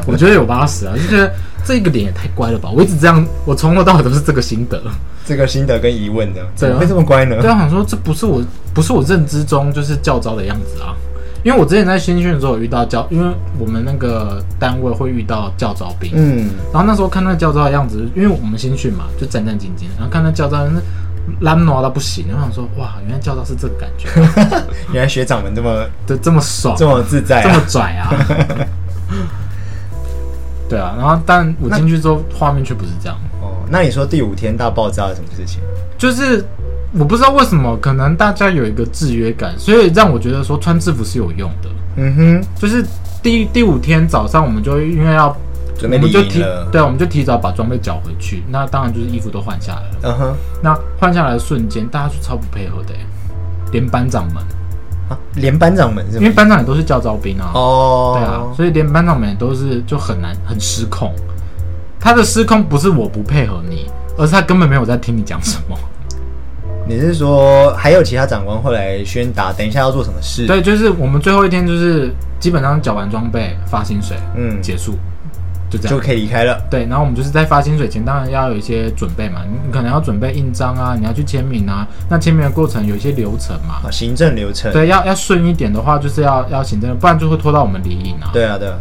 B: 我觉得有八十啊，就觉得这个脸也太乖了吧。我一直这样，我从头到尾都是这个心
A: 嗯
B: 得。
A: 这个心得跟疑问的，怎么
B: 对啊
A: 会这么乖呢？
B: 对啊，想说这不是我不是我认知中就是教招的样子啊。因为我之前在新训的时候有遇到教，因为我们那个单位会遇到教招兵，
A: 嗯，
B: 然后那时候看那个教招的样子，因为我们新训嘛，就战战兢兢，然后看那教招人是懒挪到不行，然后想说哇，原来教招是这个感 觉，
A: 原来学长们这么
B: 就这么爽，
A: 这么自在
B: 啊这么
A: 啊。
B: 拽啊！对啊，然后但我进去之后，画面却不是这样，
A: 哦，那你说第五天大爆炸是什么事情？
B: 就是我不知道为什么，可能大家有一个制约感，所以让我觉得说穿制服是有用的。
A: 嗯哼，
B: 就是第第五天早上，我们就因为要
A: 准备
B: 我们就
A: 离营
B: 提
A: 了
B: 对，我们就提早把装备缴回去。那当然就是衣服都换下来了。
A: 嗯哼，
B: 那换下来的瞬间，大家是超不配合的、欸，连班长们，
A: 啊，连班长们是
B: 因为
A: 吗？
B: 班长也都是教招兵啊。
A: 哦，
B: 对啊，所以连班长们也都是就很难很失控。他的失控不是我不配合你，而是他根本没有在听你讲什么。
A: 你是说还有其他长官会来宣达，等一下要做什么事？，
B: 对，就是我们最后一天就是基本上缴完装备发薪水，
A: 嗯，
B: 结束，就这样
A: 就。可以离开了。
B: 对，然后我们就是在发薪水前，当然要有一些准备嘛，你你可能要准备印章啊，你要去签名啊。那签名的过程有一些流程嘛，
A: 啊，行政流程。
B: 对，要要顺一点的话，就是要要行政，不然就会拖到我们离营啊。
A: 对啊，对啊。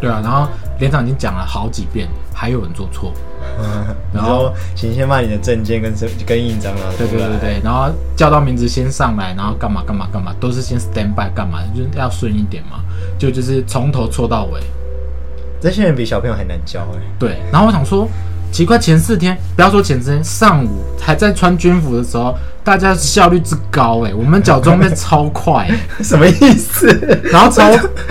B: 对啊，然后连长已经讲了好几遍，还有人做错。
A: 然
B: 然
A: 后
B: 后，
A: 请先把你的证件跟身跟印章啊拿出
B: 对
A: 来。
B: 对对对，然后叫到名字先上来，然后干嘛干嘛干嘛，都是先 stand by 干嘛，就是要顺一点嘛，就就是从头错到尾。
A: 这些人比小朋友还难教 哎、
B: 对，然后我想说，奇怪，前四天不要说前四天，上午还在穿军服的时候，大家效率之高哎、我们脚装备超快、欸，
A: 什么意思？
B: 然后超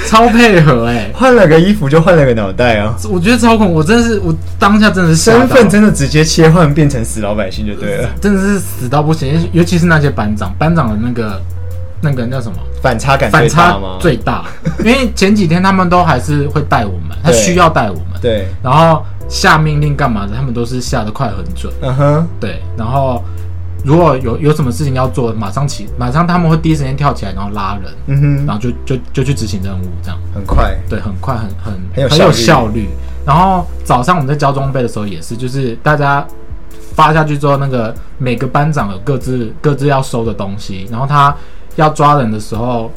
B: 超配合哎、
A: 换了个衣服就换了个脑袋啊！
B: 我觉得超恐，我真的是我当下真的是吓到
A: 身份真的直接切换变成死老百姓就对 了，
B: 真的是死到不行，尤其尤其是那些班长，班长的那个那个人叫什么？
A: 反差感
B: 反
A: 最
B: 差
A: 大吗？
B: 最大， 因为前几天他们都还是会带我们，他
A: 对
B: 需要带我们，
A: 对，
B: 然后下命令干嘛的，他们都是下的快很准，
A: 嗯哼，
B: 对，然后如果有有什么事情要做，马上起，马上他们会第一时间跳起来，然后拉人，
A: 嗯
B: 然
A: 哼，
B: 后就就就去执行任务，这样，
A: 很快，
B: 对，很快，很很
A: 很有
B: 很
A: 效
B: 有效率。然后早上我们在交装备的时候也是，就是大家发下去之后，那个每个班长有各自各自要收的东西，然后他要抓人的时候，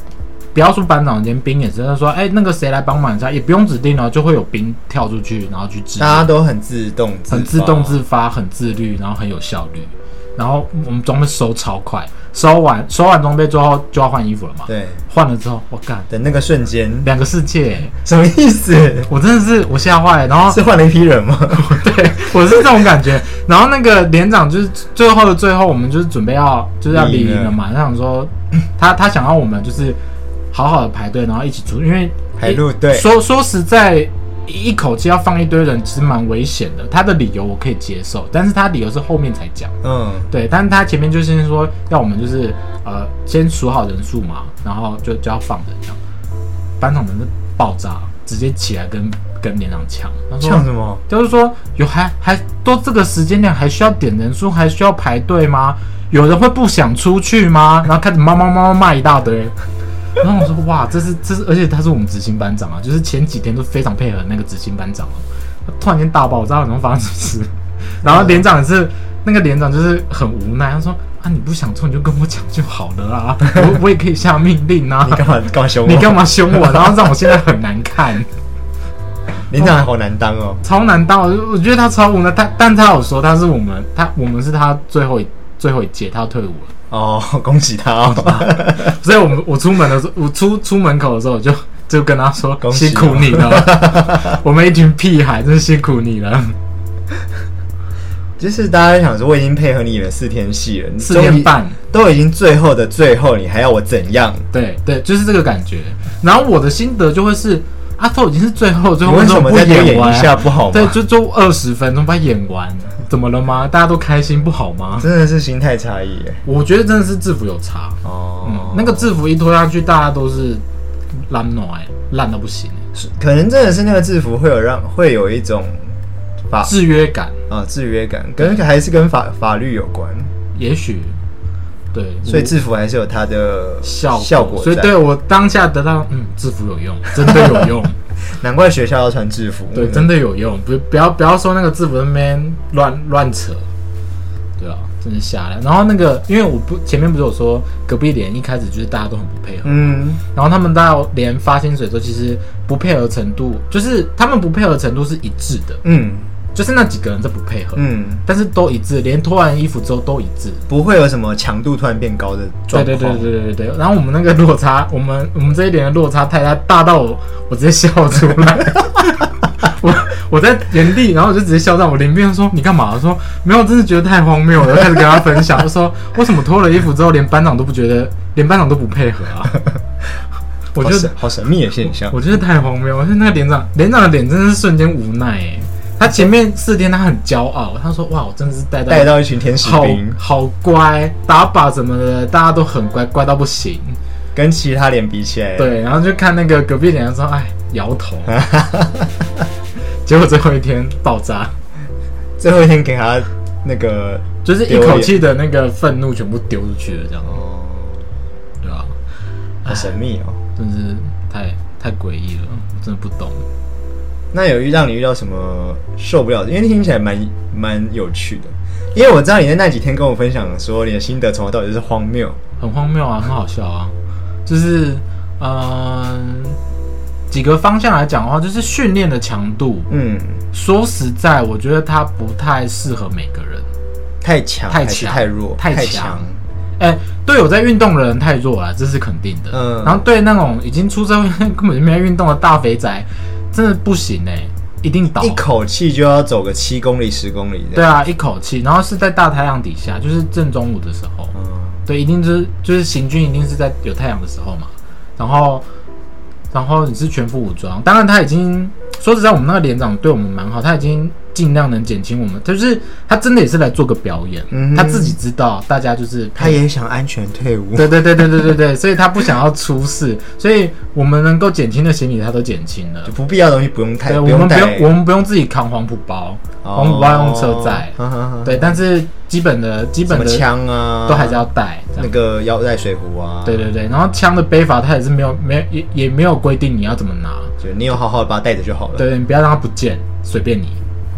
B: 不要说班长，连兵也是，他说，哎，那个谁来帮忙一下，也不用指定哦，就会有兵跳出去，然后去指
A: 大家都很自动自发，
B: 很自动自发，很自律，然后很有效率。然后我们装备收超快，收完收完装备之后就要换衣服了嘛。
A: 对
B: 换了之后，我干，
A: 的那个瞬间，
B: 两个世界，
A: 什么意思？
B: 我真的是我吓坏了。然后
A: 是换了一批人 吗？
B: 对我是这种感觉。然后那个连长就是最后的最后，我们就是准备要就是要离营了嘛。他想说， 他他想要我们就是好好的排队，然后一起出，因为
A: 排路队
B: 说说实在，一口气要放一堆人，其实蛮危险的。他的理由我可以接受，但是他理由是后面才讲。
A: 嗯，
B: 对，但是他前面就先说要我们就是呃先数好人数嘛，然后就就要放人这样。班长真是爆炸，直接起来跟跟连长抢，他说
A: 呛什么？
B: 就是说有还还都这个时间点还需要点人数，还需要排队吗？有人会不想出去吗？然后开始猫猫猫猫骂一大堆。 然后我说哇，这是这是，而且他是我们执行班长啊，就是前几天都非常配合那个执行班长哦、他突然间大爆炸，然后发生什么事？ 然后连长也是那个连长就是很无奈，他说啊你不想做你就跟我讲就好了啊， 我我也可以下命令啊
A: 你，干嘛干嘛凶我？
B: 你干嘛凶我？然后让我现在很难看。
A: 连长好难当哦。
B: 超难当，我我觉得他超无奈，他但他有说他是我们，他我们是他最后一最后一届，他要退伍了，
A: 哦，恭喜他哦！
B: 所以我们我出门的时候，我出出门口的时候我就就跟他说
A: 恭喜
B: 辛苦你 了，我们一群屁孩，真是辛苦你了，
A: 就是大家想说，我已经配合你演四天戏了，你
B: 四
A: 终于
B: 天半，
A: 都已经最后的最后，你还要我怎样？
B: 对对，就是这个感觉。然后我的心得就会是，阿、啊、都已经是最后最
A: 你
B: 后
A: 为什
B: 都
A: 么
B: 不
A: 再多演
B: 完
A: 一，下不好吗？
B: 对，就就二十分钟把它演完，怎么了吗？大家都开心不好吗？
A: 真的是心态差异耶。
B: 我觉得真的是制服有差。
A: 哦、
B: 嗯，那个制服一脱下去，大家都是烂脑哎，烂到不行，
A: 可能真的是那个制服会有让会有一种法
B: 制约感，
A: 啊制约感，跟还是跟法法律有关，
B: 也许对，
A: 所以
B: 我
A: 制服还是有它的
B: 嗯效
A: 效果
B: 所以
A: 在
B: 对我当下得到，嗯，制服 有用，真的有用，
A: 难怪学校要穿制服。嗯
B: 对，真的有用，不不要不要说那个制服在那边乱乱扯，对啊，真是下来。然后那个，因为我不前面不是有说隔壁连一开始就是大家都很不配合，
A: 嗯，
B: 然后他们到连发薪水之后，其实不配合程度就是他们不配合程度是一致的，
A: 嗯
B: 就是那几个人在不配合，
A: 嗯，
B: 但是都一致，连脱完衣服之后都一致。
A: 不会有什么强度突然变高的状
B: 对
A: 况。
B: 对对对对对对。然后我们那个落差，我们我们这一点的落差太大，大到我我直接笑出来。 我我在原地，然后我就直接笑到我邻边说：“你干嘛？”我说：“没有，真的觉得太荒谬了。”我就开始跟他分享，我说：“为什么脱了衣服之后，连班长都不觉 得，连班长都不配合啊？”我
A: 好
B: 觉得
A: 神好神秘的现象。
B: 我觉得太荒谬，而且那个连长连长的脸真的是瞬间无奈哎、他前面四天他很骄傲，他说：“哇，我真的是带到
A: 带到一群天使
B: 好
A: 兵，
B: 好乖，打靶什么的，大家都很乖，乖到不行。
A: 跟其他脸比起来，，
B: 对，然后就看那个隔壁脸的时候，哎，摇头。结果最后一天爆炸，
A: 最后一天给他那个
B: 就是一口气的那个愤怒全部丢出去了，这样，
A: 哦，
B: 对吧、啊
A: 好神秘哦。
B: 真是太太诡异了，我真的不懂。
A: 那有遇让你遇到什么受不了的？因为听起来蛮蛮有趣的。因为我知道你在那几天跟我分享说你的心得从头到尾就是荒谬，
B: 很荒谬啊，很好笑啊。就是嗯、几个方向来讲的话，就是训练的强度。
A: 嗯，
B: 说实在，我觉得它不太适合每个人。
A: 太强
B: 太
A: 还是
B: 强
A: 太弱，
B: 太
A: 太
B: 强哎、对有在运动的人太弱了，这是肯定的。
A: 嗯
B: 然后对那种已经出社会 根本就没在运动的大肥宅，真的不行哎、一定倒
A: 一。口气就要走个七公里、十公里这
B: 对
A: 样。
B: 啊，一口气，然后是在大太阳底下，就是正中午的时候。
A: 嗯，
B: 对，一定就是就是行军，一定是在有太阳的时候嘛。然后，然后你是全副武装，当然他已经说实在，我们那个连长对我们蛮好，他已经尽量能减轻我们，就是他真的也是来做个表演，
A: 嗯哼
B: 他自己知道大家就是
A: 他也想安全退伍。
B: 对对对对对对对，所以他不想要出事，所以我们能够减轻的行李他都减轻了
A: 就。不必要的东西不用太，
B: 对，我
A: 用哦
B: 们不
A: 太，
B: 用，我们不用自己扛黄浦包，
A: 我
B: 我们不要用车载对，但是基本的基
A: 什
B: 本
A: 么
B: 的
A: 枪啊，
B: 都还是要带。这样
A: 那个腰带、水壶啊。
B: 对，对对，然后枪的背法它也是没有没有也也没有规定你要怎么拿，
A: 就你有好好的把它带着就好了。，
B: 对你不要让它不见，随便你，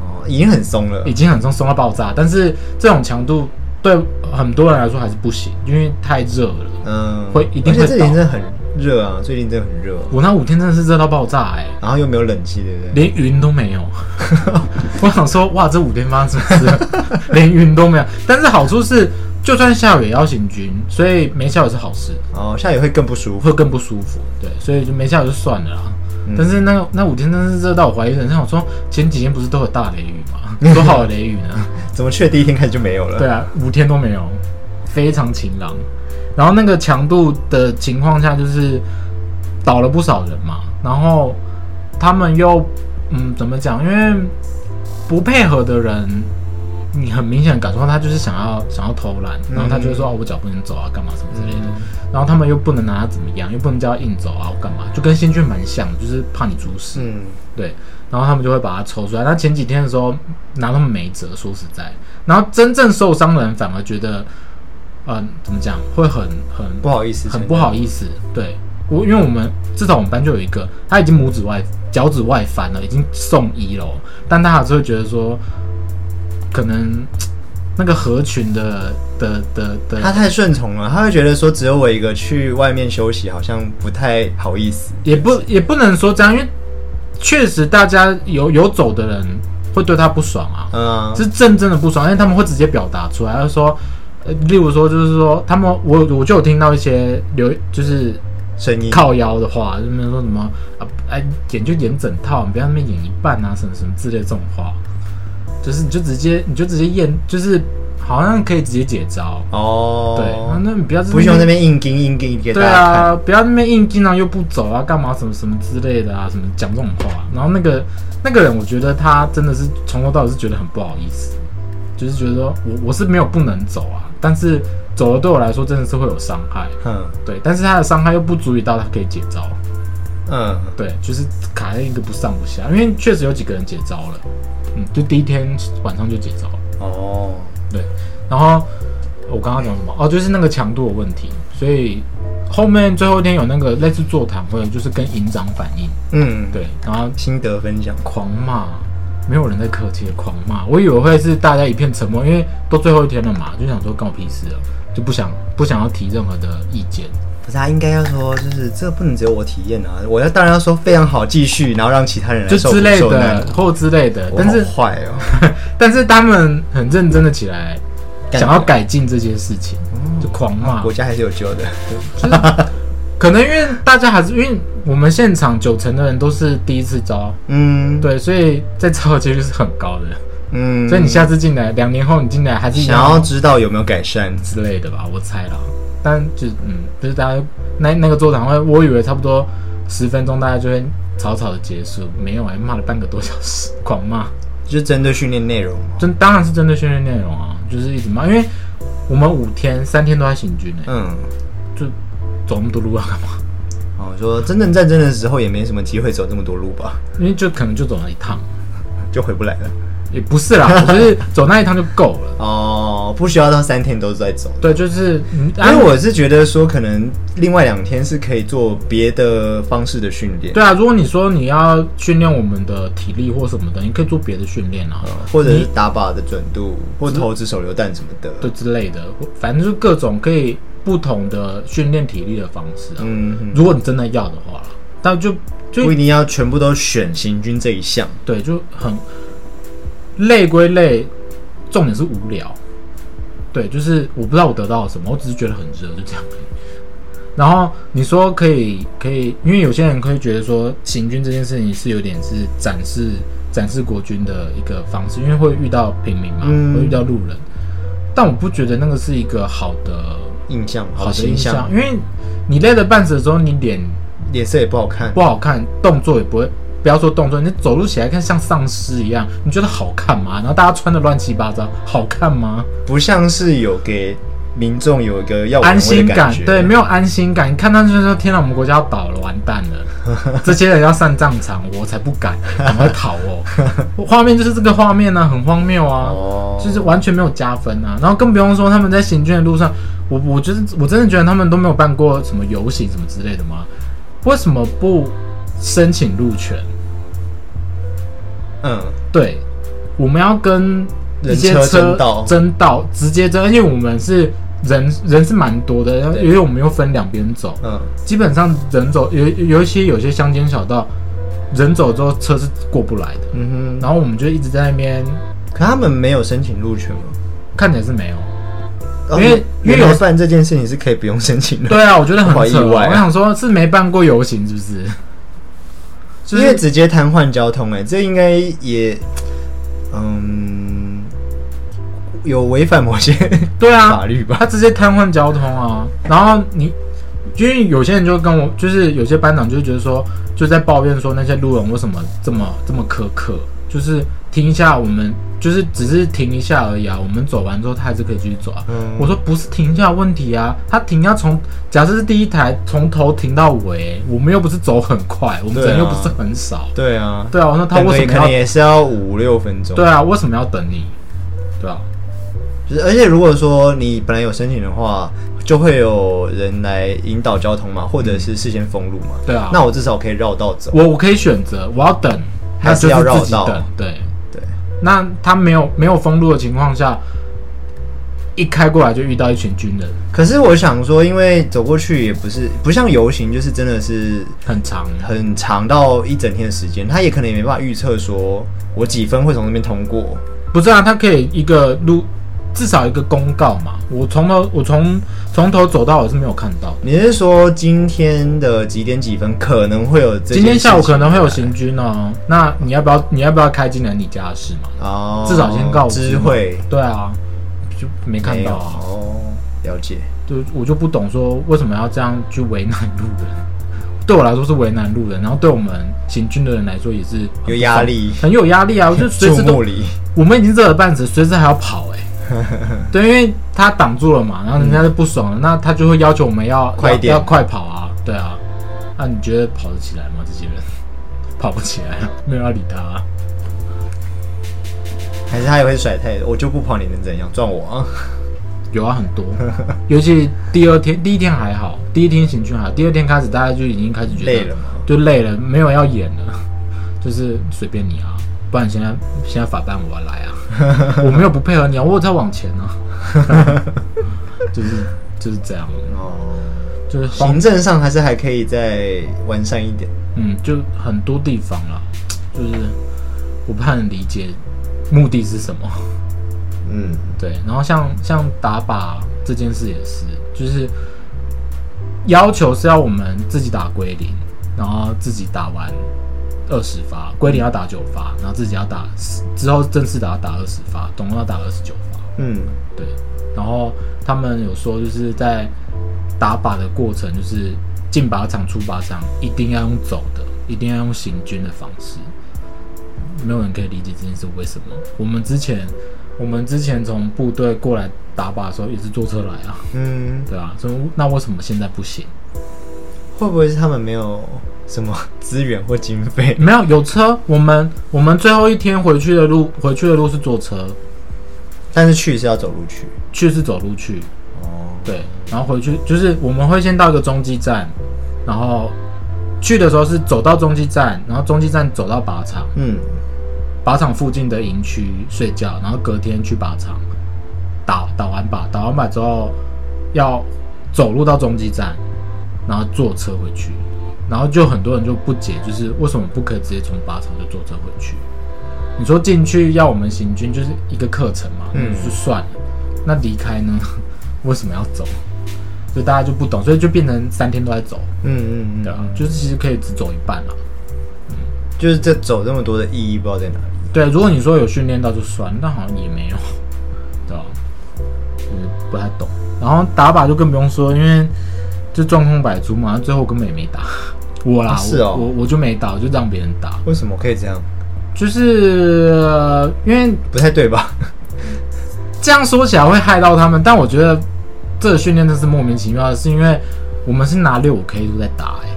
A: 哦，已经很松了
B: 已。经很松松到爆炸，但是这种强度对很多人来说还是不行，因为太热了。
A: 嗯，
B: 会一定
A: 而且
B: 会
A: 这
B: 倒
A: 里真的很热啊，最近真的很热，
B: 我那五天真的是热到爆炸哎、
A: 然后又没有冷气，对不对？
B: 连云都没有。 我想说，哇，这五天发生什么事了？连云都没有。但是好处是，就算下雨也要行军，所以没下雨是好事。
A: 哦，下雨会更不舒服。
B: 会更不舒服。对，所以就没下雨就算了啦。
A: 嗯
B: 但是那个那五天真的是热到我怀疑人生。我说前几天不是都有大雷雨吗？多好的雷雨呢？
A: 怎么去的第一天开始就没有了？
B: 对啊，五天都没有，非常晴朗。然后那个强度的情况下，就是倒了不少人嘛，然后他们又嗯，怎么讲？因为不配合的人，你很明显感受到他就是想要想要偷懒，然后他就会说、哦，我脚不能走啊，干嘛什么之类的。然后他们又不能拿他怎么样，又不能叫他硬走啊，干嘛？就跟先驱蛮像的，就是怕你出事。
A: 嗯，
B: 对，然后他们就会把他抽出来。那前几天的时候拿他们没辙，说实在，然后真正受伤的人反而觉得，嗯、怎么讲，会很很
A: 不好意思，
B: 很不好意思。对我，因为我们至少我们班就有一个，他已经拇指外脚趾外翻了，已经送医了哦，但他还是会觉得说，可能那个合群的的的的，
A: 他太顺从了，他会觉得说只有我一个去外面休息，好像不太好意思。
B: 也不也不能说这样，因为确实大家有有走的人会对他不爽啊。
A: 嗯，
B: 是真正的不爽，因为他们会直接表达出来，他就说，呃，例如说，就是说，他们我我就有听到一些留就是
A: 声音
B: 靠腰的话，就比如说什么啊，哎，演就演整套，你不要那么演一半啊，什么什么之类的这种话，就是你就直接你就直接演，就是好像可以直接解招，
A: 哦，
B: 对，那你不要在
A: 不用那边硬盯硬盯给大
B: 对
A: 家看。
B: 啊，不要那边硬进啊，又不走啊，干嘛什么什么之类的啊，什么讲这种话。然后那个那个人，我觉得他真的是从头到尾是觉得很不好意思，就是觉得说我我是没有不能走啊，但是走了对我来说真的是会有伤害，
A: 嗯
B: 对，但是他的伤害又不足以到他可以解招，
A: 嗯，
B: 对，就是卡在一个不上不下，因为确实有几个人解招了，嗯，就第一天晚上就解招了。
A: 哦，
B: 对，然后我刚刚讲什么？哦，就是那个强度的问题，所以后面最后一天有那个类似座谈会，就是跟营长反映，
A: 嗯，，
B: 对，然后
A: 心得分享。
B: 狂骂，没有人在客气，狂骂，我以为会是大家一片沉默，因为都最后一天了嘛，就想说干我屁事了，就不想不想要提任何的意见，
A: 可是他应该要说，就是这不能只有我体验啊！我要当然要说非常好，继续，然后让其他人来
B: 就
A: 哎受
B: 之类
A: 受难
B: 的或之类的，
A: 我
B: 但
A: 好
B: 是
A: 坏 哦，
B: 但是他们很认真的起来，
A: 干
B: 想要改进这些事情，
A: 嗯
B: 就狂骂，
A: 国家还是有救的。
B: 就是可能因为大家还是因为我们现场九成的人都是第一次招，
A: 嗯，，
B: 对，所以在招的几率是很高的。
A: 嗯，
B: 所以你下次进来，两年后你进来还是一
A: 想
B: 样
A: 要知道有没有改善？
B: 之类的吧，我猜啦。但就嗯，就是大家那那个座谈会，我以为差不多十分钟，大家就会草草的结束，没有哎、骂了半个多小时，狂骂。
A: 就是针对训练内容嘛。
B: 真当然是针对训练内容啊，就是一直骂，因为我们五天三天都在行军呢、
A: 嗯，
B: 就走那么多路要干嘛？
A: 哦，说真正战争的时候也没什么机会走这么多路吧，
B: 因为就可能就走了一趟。
A: 就回不来了。
B: 也不是 啦，我就是走那一趟就够了。
A: 哦，不需要到三天都在走。
B: 对，就是嗯，
A: 因为我是觉得说，可能另外两天是可以做别的方式的训练，
B: 对啊，如果你说你要训练我们的体力或什么的，你可以做别的训练啊，
A: 哦或者是打靶的准度，或投掷手榴弹什么的。
B: 对之类的，或反正就各种可以不同的训练体力的方式啊。
A: 嗯，嗯
B: 如果你真的要的话啦，但就就
A: 不一定要全部都选行军这一项。
B: 对，就很累归累，重点是无聊。对，就是我不知道我得到了什么，我只是觉得很热，就这样而已。然后你说可以可以，因为有些人可以觉得说行军这件事情是有点是展示展示国军的一个方式，因为会遇到平民嘛，
A: 嗯
B: 会遇到路人。但我不觉得那个是一个好的
A: 印象
B: 好的
A: 形
B: 印
A: 象
B: 象，，因为你累得半死的时候，你脸
A: 脸色也不好看。
B: 不好看，动作也不会，不要说动作，你走路起来看像丧尸一样，你觉得好看吗？然后大家穿的乱七八糟，好看吗？
A: 不像是有给民众有一个要
B: 安心
A: 感
B: 感，
A: 觉，
B: 对，没有安心感。你看到就是说，天哪，我们国家要倒了，完蛋了，这些人要上战场，我才不敢，赶快逃哦。画面就是这个画面呢、很荒谬啊。
A: 哦，
B: 就是完全没有加分啊。然后更不用说他们在行军的路上，我我就是我真的觉得他们都没有办过什么游行什么之类的吗？为什么不申请路权？
A: 嗯，
B: 对，我们要跟一些
A: 人车
B: 车
A: 争道
B: 争道直接争，而且我们是人人是蛮多的，
A: 对
B: 因为我们又分两边走，
A: 嗯，
B: 基本上人走尤尤其有些乡间小道，人走之后车是过不来的。
A: 嗯哼。
B: 然后我们就一直在那边，
A: 可他们没有申请入群吗？
B: 看起来是 没有。
A: 哦
B: 因为因为
A: 原
B: 有
A: 来办这件事情是可以不用申请的，
B: 对啊，我觉得很
A: 好
B: 扯
A: 意外啊
B: 我想说，是没办过游行是不是？就
A: 因为
B: 是
A: 直接瘫痪交通、哎，这应该也，嗯，有违反某些
B: 对
A: 法
B: 啊，
A: 律吧？
B: 他直接瘫痪交通啊。然后你因为有些人就跟我，就是有些班长就觉得说，就在抱怨说那些路人为什么这么这么苛刻，就是停一下，我们就是只是停一下而已啊，我们走完之后他还是可以继续走啊。
A: 嗯
B: 我说不是停一下的问题啊，他停要从假设是第一台从头停到尾，我们又不是走很快，我们
A: 对啊
B: 人又不是很少，
A: 对啊，
B: 对啊，我说他
A: 等个
B: 为
A: 也
B: 什么
A: 可能
B: 要
A: 也是要五六分钟。
B: 对啊，为什么要等你？对啊，
A: 就是而且如果说你本来有申请的话，就会有人来引导交通嘛，或者是事先封路嘛。
B: 对啊
A: 那我至少可以绕道走。
B: 我我可以选择我要等，
A: 还
B: 那
A: 是
B: 就
A: 要
B: 是
A: 绕
B: 自己
A: 道
B: 等，对。
A: 对，
B: 那他没有没有封路的情况下，一开过来就遇到一群军人，
A: 可是我想说，因为走过去也不是不像游行，就是真的是
B: 很长。
A: 很长到一整天的时间，他也可能也没办法预测说我几分会从那边通过。
B: 不是啊，他可以一个路，至少一个公告嘛。我从头我从从头走到尾是没有看到的。
A: 你是说今天的几点几分可能会有这件事情？
B: 今天下午可能会有行军哦，那你要不要你要不要开进来你家的事嘛？
A: 哦，
B: 至少先告知
A: 知
B: 嘛
A: 会，
B: 对啊，就没看
A: 没有
B: 到啊，
A: 哦，了解。
B: 就我就不懂说为什么要这样去为难路人。对我来说是为难路人，然后对我们行军的人来说也是很不
A: 有压
B: 爽
A: 力
B: 很有压力 啊！我就随
A: 注
B: 时都
A: 目礼，
B: 我们已经热了半死，随时还要跑 哎、对，因为他挡住了嘛，然后人家就不爽了，那他就会要求我们要
A: 嗯快一点
B: 要要快跑啊，对啊。那、你觉得跑得起来吗？这些人 跑不起来，没有要理他、啊。
A: 还是他也会甩太，我就不跑，你能怎样？撞我啊？
B: 有啊，很多， 尤其第二天，第一天还好，第一天行军还好，第二天开始大家就已经开始觉得
A: 累了吗
B: 就累了，没有要演了，就是随便你啊，不然现在现在法办我要来 啊，我没有不配合你啊，我有在往前啊，就是就是这样，
A: 哦，
B: 就是
A: 行政上还是还可以再完善一点。
B: 嗯，就很多地方啦，就是我不太能理解目的是什么。
A: 嗯，
B: 对，然后像像打靶这件事也是，就是要求是要我们自己打归零，然后自己打完二十发，归零要打九发，然后自己要打10之后正式打要打二十发，总共要打二十九发。
A: 嗯，
B: 对，然后他们有说就是在打靶的过程，就是进靶场出靶场一定要用走的，一定要用行军的方式。没有人可以理解这件事为什么。我们之前，我们之前从部队过来打靶的时候也是坐车来啊，
A: 嗯，
B: 对啊，所以那为什么现在不行？
A: 会不会是他们没有什么资源或经费？
B: 没有有车，我们我们最后一天回去的路，回去的路是坐车，
A: 但是去是要走路去。
B: 去是走路去，
A: 哦，
B: 对，然后回去就是我们会先到一个中继站，然后去的时候是走到中继站，然后中继站走到靶场，
A: 嗯，
B: 靶场附近的营区睡觉，然后隔天去靶场打打完靶，打完靶之后要走路到中继站，然后坐车回去，然后就很多人就不解，就是为什么不可以直接从靶场就坐车回去？你说进去要我们行军就是一个课程嘛，
A: 嗯
B: 嗯，就算了。那离开呢？ 为什么要走？所以大家就不懂，所以就变成三天都在走，
A: 嗯嗯
B: 对啊，
A: 嗯，
B: 就是其实可以只走一半啊了。
A: 就是这走这么多的意义不知道在哪里。
B: 对，如果你说有训练到就算，但好像也没有， 对吧？就是不太懂。然后打靶就更不用说，因为就状况百出嘛，最后我根本也没打。 我啦，
A: 啊是哦
B: 我我我就没打，我就让别人打，
A: 为什么可以这样？
B: 就是、呃因为
A: 不太对 吧？
B: 这样说起来会害到他们，但我觉得这个训练真是莫名其妙的，是因为我们是拿六五 K 度在打、欸，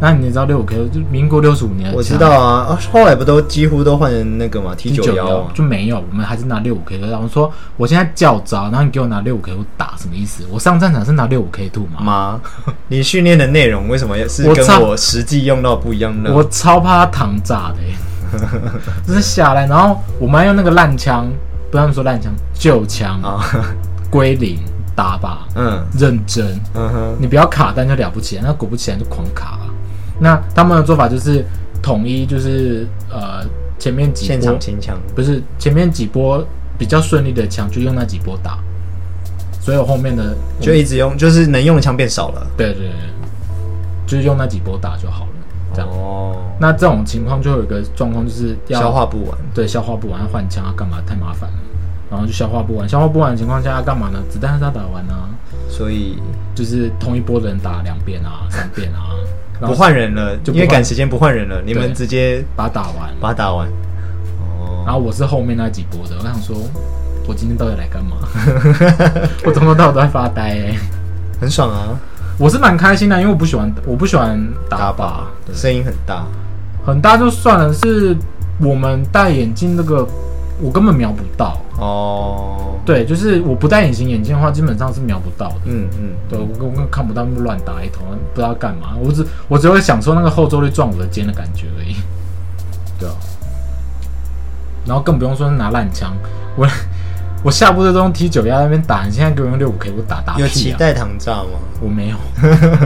B: 那你知道六五 K 就民国六十五年的
A: 我知
B: 枪
A: 道啊，啊后来不都几乎都换成那个嘛 T 九幺啊
B: 就没有，我们还是拿六五 K 的。然后说我现在叫招，然后你给我拿六五 K，我打什么意思？我上战场是拿六五 K 兔嘛？
A: 吗？你训练的内容为什么是
B: 我
A: 跟
B: 操
A: 我实际用到不一样呢？
B: 我超怕他膛炸的、 欸，真是下来。然后我们还用那个烂枪，不要说烂枪，旧枪
A: 啊，
B: 归零打靶，
A: 嗯
B: 认真，
A: 嗯哼，
B: 你不要卡单就了不起了，那果不其然就狂卡了。那他们的做法就是统一，就是呃前面几波
A: 现场清枪，
B: 不是前面几波比较顺利的枪，就用那几波打，所有后面的
A: 就一直用，就是能用的枪变少了。
B: 对对对，就是用那几波打就好了。这样，
A: 哦，
B: 那这种情况就有一个状况，就是要
A: 消化不完。
B: 对消化不完，要换枪啊，干嘛太麻烦了。然后就消化不完，消化不完的情况下干嘛呢？子弹还是要打完啊，
A: 所以
B: 就是同一波的人打两遍 啊、三遍啊，然
A: 不
B: 后
A: 换人了，
B: 就不换
A: 因为赶时间不换人了，你们直接
B: 把它打完。
A: 把它打完。哦，
B: 然后我是后面那几波的，我想说，我今天到底来 干嘛？我从头到尾都在发呆、欸。
A: 很爽啊，
B: 我是蛮开心的，因为我不喜欢，我不喜欢打靶，对
A: 声音很大，
B: 很大就算了，是我们戴眼镜那个，我根本瞄不到。
A: 哦，，
B: 对，就是我不戴隐形眼镜的话，基本上是瞄不到的。
A: 嗯嗯，
B: 对，我根本看不到，乱打一通，不知道干嘛。我只我只会享受那个后坐力撞我的肩的感觉而已。对啊，然后更不用说是拿烂枪，我我下部队都用 T 九幺那边打，你现在给我用六五 K 我打打屁啊
A: 有期，待糖炸吗？
B: 我 没有，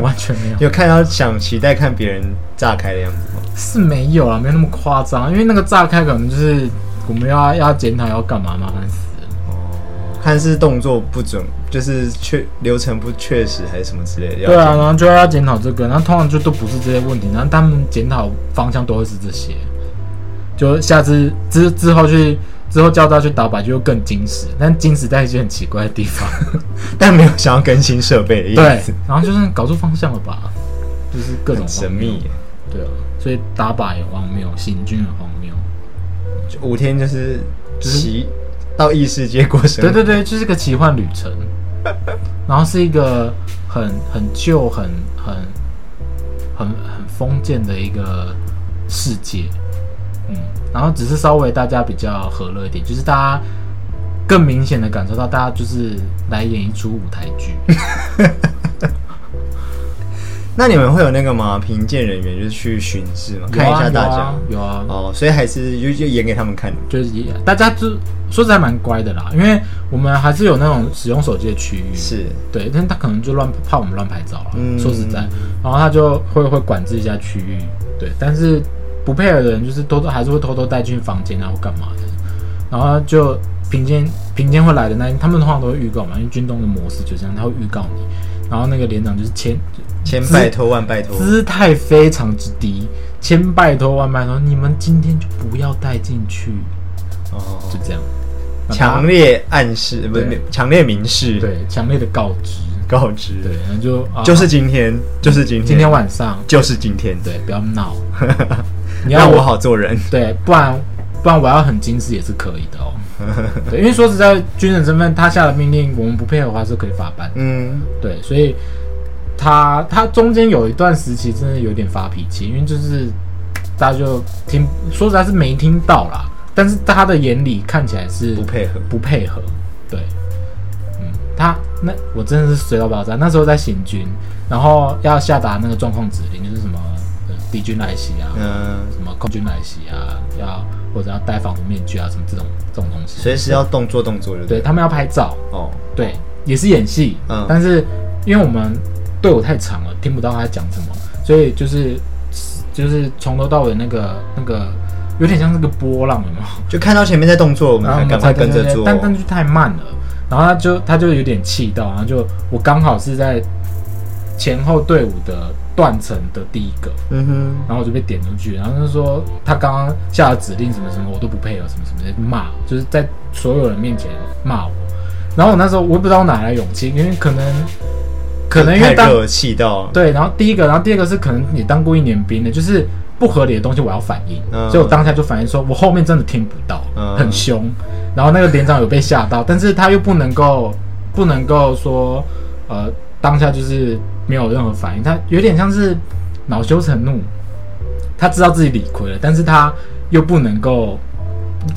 B: 完全没有，
A: 有看到想期待看别人炸开的样子吗？
B: 是没有啊，没有那么夸张，因为那个炸开可能就是我们要要检讨要干嘛，麻烦死了。
A: 哦，看是动作不准，就是确流程不确实还是什么之类的。
B: 对啊，然后就要检讨这个，然后通常就都不是这些问题，然后他们检讨方向都会是这些，就下次之之后去之后叫他去打靶就更矜持，但矜持在一些很奇怪的 地方，
A: 但没有想要更新设备的意
B: 对
A: 思，，
B: 然后就是搞错方向了吧，就是各种
A: 很神秘耶。
B: 荒谬，对啊，所以打靶也荒谬，行军也荒谬，
A: 就五天就是
B: 就是
A: 骑到异世界过生活，
B: 嗯对对对，就是个奇幻旅程， 然后是一个很很旧、很很很很封建的一个世界，嗯，然后只是稍微大家比较和乐一点，就是大家更明显的感受到，大家就是来演一出舞台 剧，
A: 那你们会有那个吗？评鉴人员就是去巡视嘛，看一下大家。
B: 有啊有啊，有啊
A: 哦，所以还是就就演给他们看。
B: 就是也大家就说实在蛮乖的啦，因为我们还是有那种使用手机的区域，
A: 是，
B: 对，但他可能就乱怕我们乱拍照了。
A: 嗯
B: 说实在，然后他就会会管制一下区域，对。但是不配合的人就是偷偷还是会偷偷带进房间啊或干嘛的，然后就评鉴评鉴会来的那他们通常都会预告嘛，因为军中的模式就这样，他会预告你。然后那个连长就是千
A: 千拜托万拜托，
B: 姿态非常之低，千拜托万拜托，你们今天就不要带进去，就
A: 哦，
B: 这样。
A: 强
B: 烈
A: 烈暗示不是
B: 对
A: 强烈明示，，
B: 对强烈的告知，
A: 告知，
B: 对，然后就啊
A: 就是今天，就是今天，
B: 今天晚上
A: 就是今天，
B: 对，不要 闹。你要
A: 让
B: 我
A: 我好做人。
B: 对，不然不然我要很矜持也是可以的哦。对，因为说实在，军人身份他下的命令，我们不配合的话是可以罚班。
A: 嗯，
B: 对，所以他他中间有一段时期真的有点发脾气，因为就是大家就听，说实在是没听到啦，但是他的眼里看起来是
A: 不配合，
B: 不配合，对，嗯，他那我真的是随到爆炸。那时候在行军，然后要下达那个状况指令，就是什么呃敌军来袭啊，
A: 嗯，
B: 什么空军来袭啊，要或者要戴防毒面具啊，什么这种这种东西。
A: 随时要动作动作就
B: 对他们要拍照，
A: 哦，
B: 对，也是演戏，
A: 嗯
B: 但是因为我们队伍太长了，听不到他在讲什么，所以就是就是从头到尾那个那个有点像那个波浪，有没有？
A: 就看到前面在动作，我们
B: 然后
A: 才
B: 啊我
A: 赶
B: 们
A: 快
B: 才
A: 跟着做。嗯
B: 但但就太慢了，然后他就他就有点气到，然后就我刚好是在前后队伍的断层的第一个，
A: 嗯哼，
B: 然后我就被点出去，然后就说他刚刚下的指令什么什么，我都不配合，什么什么的骂，就是在所有人面前骂我。然后我那时候我也不知道哪来的勇气，因为可能可能因
A: 太
B: 为当
A: 热气到，
B: 对，然后第一个，然后第二个是可能也当过一年兵的，就是不合理的东西我要反应，
A: 嗯
B: 所以我当下就反应说，我后面真的听不到，
A: 嗯
B: 很凶。然后那个连长有被吓到，但是他又不能够不能够说，呃，当下就是没有任何反应，他有点像是恼羞成怒，他知道自己理亏了，但是他又不能够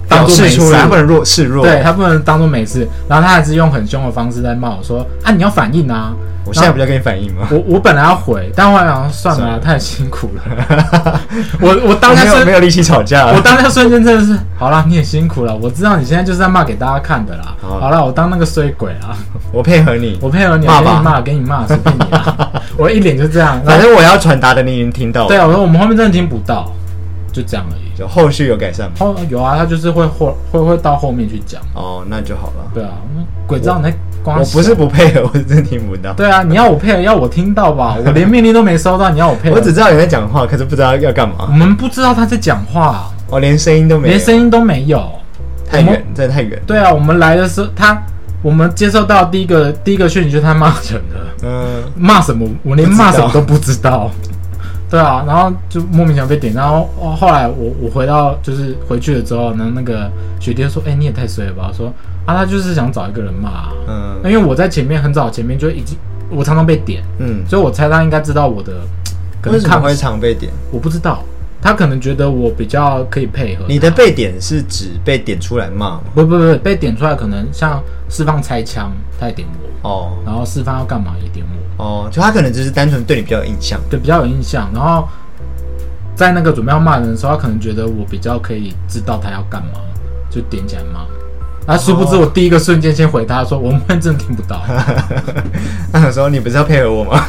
B: 当
A: 表
B: 做
A: 示
B: 没事
A: 出来，不能弱示弱。
B: 对他不能当做没事，然后他还是用很凶的方式在骂我说啊，你要反应啊，
A: 我现在不就跟你反应吗？
B: 我我本来要回，但后来想算了
A: 算
B: 啊，
A: 了
B: 太辛苦了。我我
A: 我
B: 当下
A: 哦没有没
B: 瞬，
A: 有力气吵架
B: 我
A: 了。
B: 当下瞬间真的是，好啦，你也辛苦了，我知道你现在就是在骂给大家看的啦。
A: 好
B: 好啦，我当那个衰鬼啊，
A: 我配合你，
B: 我配合你，
A: 骂
B: 我给
A: 吧
B: 你骂，给你骂，随便你 啦。我一脸就这样，
A: 反
B: 然后
A: 正我要传达的你已经听到
B: 对
A: 了。
B: 啊，我说我们后面真的听不到，就这样而已。
A: 就后续有改善吗？
B: 后有啊，他就是会后会会到后面去讲，
A: 哦，那就好了。
B: 对啊，那鬼知道你在光
A: 我不是不配合，我是真听不到。
B: 对啊，你要我配合，要我听到吧，我连命令都没收到，你要我配 合，
A: 我只知道你在讲话，可是不知道要干嘛。
B: 我
A: 哦
B: 们不知道他在讲话、啊
A: 我连声音都没有。
B: 连声音都没有。
A: 太
B: 我们
A: 远，真的太远。
B: 对啊，我们来的时候，他我们接受到第一个第一个讯息就是他骂人了，
A: 嗯，
B: 骂什么我连骂什么都不知道。对啊，然后就莫名其妙被点，然后哦后来我我回到就是回去了之后呢，那个雪弟就说：“哎、你也太衰了吧！”我说：“啊，他就是想找一个人骂、啊。”
A: 嗯
B: 因为我在前面很早前面就已经我常常被点，
A: 嗯，
B: 所以我猜他应该知道我的可
A: 为
B: 能
A: 什么
B: 看
A: 会常被点？
B: 我不知道，他可能觉得我比较可以配合他。
A: 你的被点是指被点出来骂吗？
B: 不不不被点出来，可能像释放拆枪，他也点我，
A: 哦
B: 然后释放要干嘛也点我，
A: 哦，就他可能只是单纯对你比较有印象。
B: 对比较有印象。然后在那个准备要骂人的时候，他可能觉得我比较可以知道他要干嘛，就点起来骂。啊，殊不知我第一个瞬间先回他说，我们真的听不到。
A: 他想说你不是要配合我吗？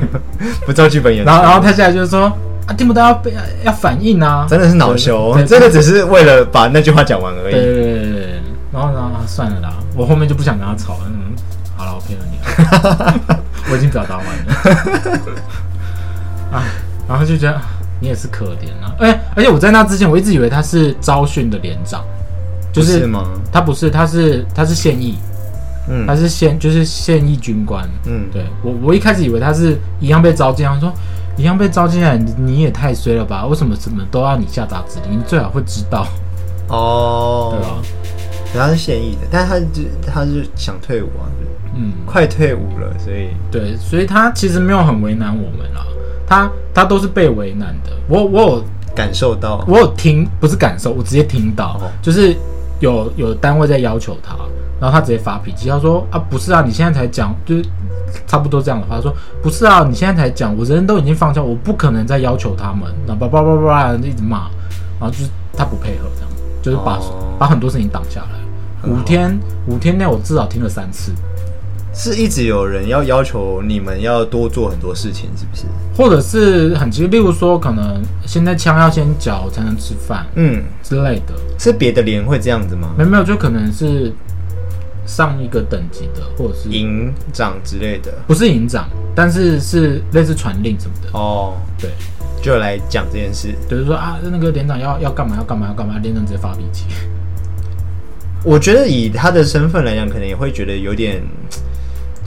A: 不照剧本演出。
B: 然后然后他现在就是说啊，听不到要被要反应啊，
A: 真的是恼羞，
B: 对对
A: 真的只是为了把那句话讲完而
B: 对
A: 已。
B: 对对对对，然后呢，算了啦，我后面就不想跟他吵了。嗯，好了，我配合你了，我已经表达完了。啊，然后就觉得啊你也是可怜啊。哎、而且我在那之前，我一直以为他是招训的连长，就
A: 不
B: 是
A: 是吗？
B: 他不是，他是他是现役，
A: 嗯
B: 他是现就是现役军官。
A: 嗯，
B: 对我，我一开始以为他是一样被招进来，我说一样被招进来，你你也太衰了吧？为什么什么都要你下达指令？你最好会知道，对啊吧
A: 哦，？然后他是现役的，但他就他是想退伍啊，就是
B: 嗯，
A: 快退伍了，所以
B: 对，所以他其实没有很为难我们啦，他他都是被为难的。我我有
A: 感受到
B: 我有听，不是感受，我直接听到，
A: 哦
B: 就是有有单位在要求他，然后他直接发脾气，他说啊不是啊，你现在才讲，就是差不多这样的话，他说不是啊，你现在才讲，我人都已经放下，我不可能再要求他们，然后叭叭叭叭叭一直骂，然后就是他不配合这样，就是把、
A: 哦
B: 把很多事情挡下来。
A: 很
B: 五
A: 好
B: 天五天内我至少听了三次，
A: 是一直有人要要求你们要多做很多事情，是不是？
B: 或者是很急，例如说，可能现在枪要先缴才能吃饭
A: 嗯，
B: 之类的，
A: 是别的连会这样子吗？
B: 没有没有，就可能是上一个等级的，或者是
A: 营长之类的
B: 不是营长，但是是类似传令什么的，
A: 哦，
B: 对，
A: 就来讲这件事。
B: 就是说啊，那个连长要要干嘛要干嘛要干嘛，连长直接发脾气，
A: 我觉得以他的身份来讲，可能也会觉得有点，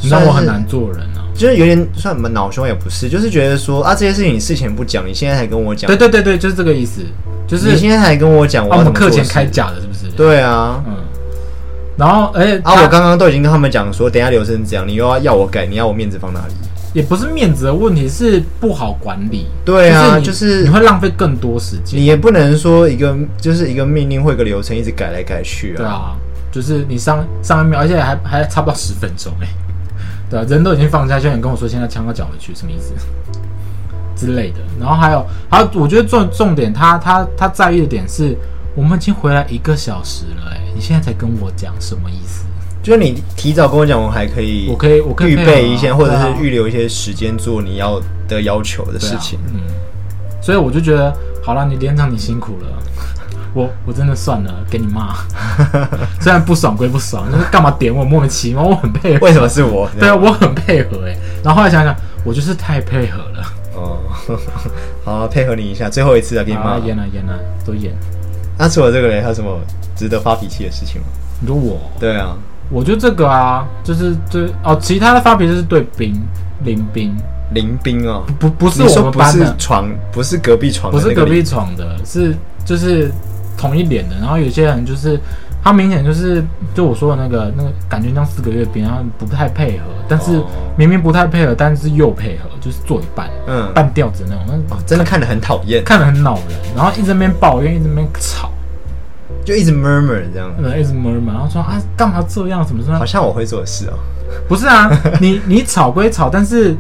B: 你让我
A: 算
B: 很
A: 是
B: 难做人啊。
A: 就是有点算恼羞也不是，就是觉得说啊，这些事情你事前不讲，你现在才跟我讲，
B: 对对对对，就是这个意思，就是
A: 你现在才跟我讲，
B: 啊，
A: 要
B: 我
A: 怎么
B: 们课
A: 做
B: 前
A: 事
B: 开，假的，是不是？，
A: 对啊，
B: 嗯，然后而且
A: 啊，
B: 他
A: 我刚刚都已经跟他们讲说，等一下流程这样，你又要要我改，你要我面子放哪里？
B: 也不是面子的问题，是不好管理。
A: 对啊，
B: 你
A: 就是
B: 你会浪费更多时间。
A: 你也不能说一个就是一个命令或一个流程一直改来改去
B: 对
A: 啊，
B: 啊，就是你上上一秒，而且还还差不到十分钟哎、对啊，人都已经放下，现在你跟我说现在枪要缴回去，什么意思？ 之类的。然后还有，还有，我觉得重重点，他他他在意的点是，我们已经回来一个小时了哎、你现在才跟我讲什么意思？
A: 就是你提早跟我讲，我还可以，
B: 我可以我可以
A: 预
B: 配合
A: 备一
B: 啊
A: 些，或者
B: 对啊
A: 是预留一些时间做你要的要求的
B: 对啊
A: 事情。
B: 嗯，所以我就觉得，好了，你连长你辛苦了。我我真的算了，给你骂。 虽然不爽归不爽，就是干嘛点我莫名其妙，我很配 合。
A: 为什么是我？
B: 对啊，我很配合哎、然后后来想想，我就是太配合了。
A: 哦， 好，配合你一下，最后一次啊，给你
B: 啊
A: 骂。
B: 演啊演啊，都演。
A: 那除了这个人，还有什么值得发脾气的事情吗？
B: 你说我，
A: 对啊，
B: 我就这个啊，就是对哦，其他的发脾气是对兵林兵，
A: 林兵哦，
B: 不不是
A: 你
B: 我
A: 说
B: 们
A: 不
B: 班
A: 是
B: 的，
A: 床，不是隔壁床，
B: 不是隔壁。床的，是就是同一脸的。然后有些人就是他明显就是就我说的那个那个感觉像四个月兵，然后不太配合，但是
A: 哦
B: 明明不太配合，但是又配合，就是做一半
A: 嗯，
B: 半吊子那种，那
A: 哦，真的看得很讨厌，
B: 看得很恼人。然后一直在那边抱怨，一直在那边吵。
A: 就一直 murmur 这样，
B: 呃，一直 murmur，然后说啊，干嘛这样？怎么说
A: 好？像我会做的事哦。
B: 不是 啊，你你吵归吵，但是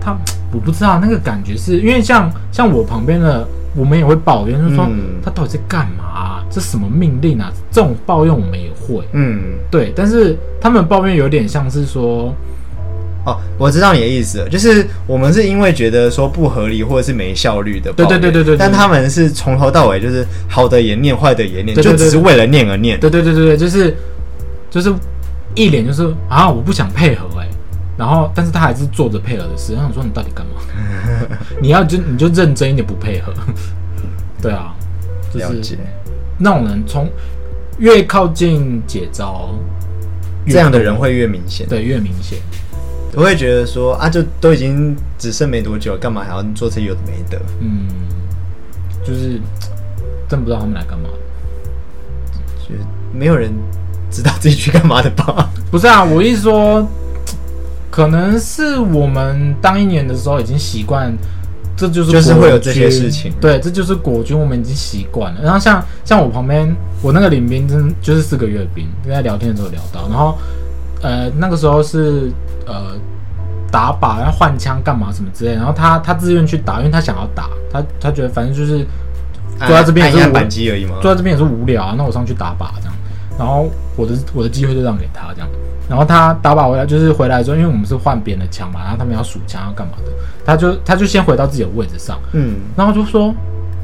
B: 他我不知道那个感觉是，因为像像我旁边的，我们也会抱怨，就是说、
A: 嗯
B: 他到底在干嘛啊、这什么命令啊？这种抱怨我们也会，
A: 嗯，
B: 对，但是他们抱怨有点像是说，
A: 哦，我知道你的意思了，就是我们是因为觉得说不合理或者是没效率的抱
B: 对
A: 怨，
B: 对对对对对
A: 但他们是从头到尾就是好的也念，坏的也念，
B: 对对
A: 就只是
B: 对
A: 为了念而念。
B: 对对对对对，就是就是一脸就是啊，我不想配合哎、然后但是他还是做着配合的事，然后我说你到底 干嘛？你要就你就认真一点不配合，对啊，就
A: 嗯了
B: 是
A: 解，
B: 那种人从越靠近解招，
A: 这样的人会越明显。
B: 对越明显。
A: 我会觉得说啊，就都已经只剩没多久了，干嘛还要做这些有的没的？
B: 嗯，就是真不知道他们来干嘛。
A: 就是没有人知道自己去干嘛的吧？
B: 不是啊，我意思说，可能是我们当一年的时候已经习惯，这就是
A: 就是
B: 国
A: 会有
B: 军
A: 这些事情
B: 对，这就是国军，我们已经习惯了。然后像像我旁边，我那个领兵真就是四个月兵，跟他聊天的时候聊到，然后呃那个时候是呃打靶要换枪干嘛什么之类的，然后他他自愿去打，因为他想要打，他他觉得反正就是 坐在这边
A: 按按一
B: 也是
A: 下
B: 无
A: 扳机而已嘛。
B: 坐在这边也是无聊啊，那我上去打靶这样，然后我的我的机会就让给他这样，然后他打靶回来就是回来之后，因为我们是换别人的枪嘛，然后他们要数枪要干嘛的，他就他就先回到自己的位置上，
A: 嗯，
B: 然后就说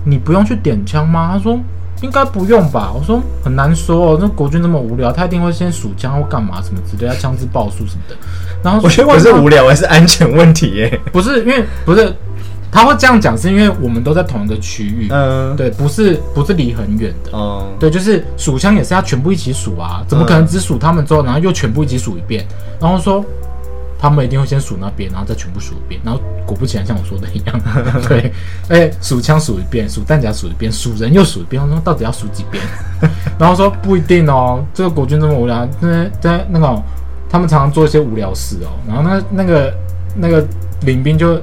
B: 你不用去点枪吗？他说应该不用吧，我说很难说哦，那国军这么无聊，他一定会先数枪或干嘛什么之类，要枪支报数什么的，然后
A: 我觉得不是无聊，而是安全问题耶。
B: 不是因为不是他会这样讲，是因为我们都在同一个区域，
A: 嗯，，
B: 对，不是不是离很远的。
A: 哦，
B: 对，就是数枪也是要全部一起数啊，怎么可能只数他们之后，然后又全部一起数一遍？然后说他们一定会先数那边，然后再全部数一遍。然后果不其然，像我说的一 样，对，而且数枪数一遍，数弹夹数一遍，数人又数一遍。我说到底要数几遍？ 然后说不一定哦，这个国军这么无聊，那在那个哦他们常常做一些无聊事哦。然后那那个那个领兵就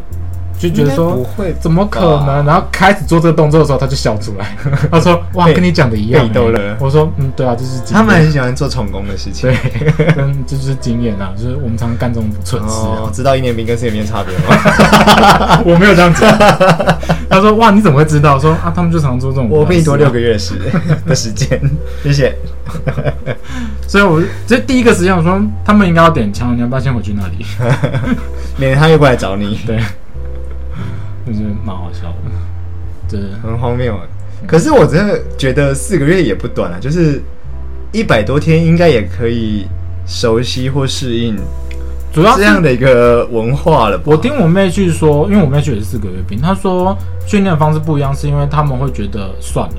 B: 就觉得
A: 应
B: 说
A: 该不会
B: 怎么可
A: 啊
B: 能？然后开始做这个动作的时候，他就笑出来， 他说：“哇，
A: 被
B: 跟你讲的一样、
A: 被逗了
B: 我说：“嗯，对啊，这是经验
A: 他们很喜欢做成功的事情
B: 对。，嗯，这就是经验啊，就是我们常干这种蠢事、
A: 哦
B: 啊。，
A: 知道一年兵跟四年兵的差别 吗？
B: 我没有这样讲。 他说：“哇，你怎么会知道？”我说：“啊，他们就常做这种、啊
A: 我比你多六个
B: 月，
A: 月的 时的时间，谢谢。
B: 所以我这第一个时间我说他们应该要点枪，你要不要先回去那里？，
A: 免得他又过来找你
B: 对， 我觉得蛮好笑的，真的。
A: 很荒谬啊。可是我真的觉得四个月也不短啊，就是一百多天应该也可以熟悉或适应
B: 主要是
A: 这样的一个文化了吧。
B: 我听我妹去说，因为我妹去也是四个月兵，她说训练方式不一样，是因为他们会觉得算了，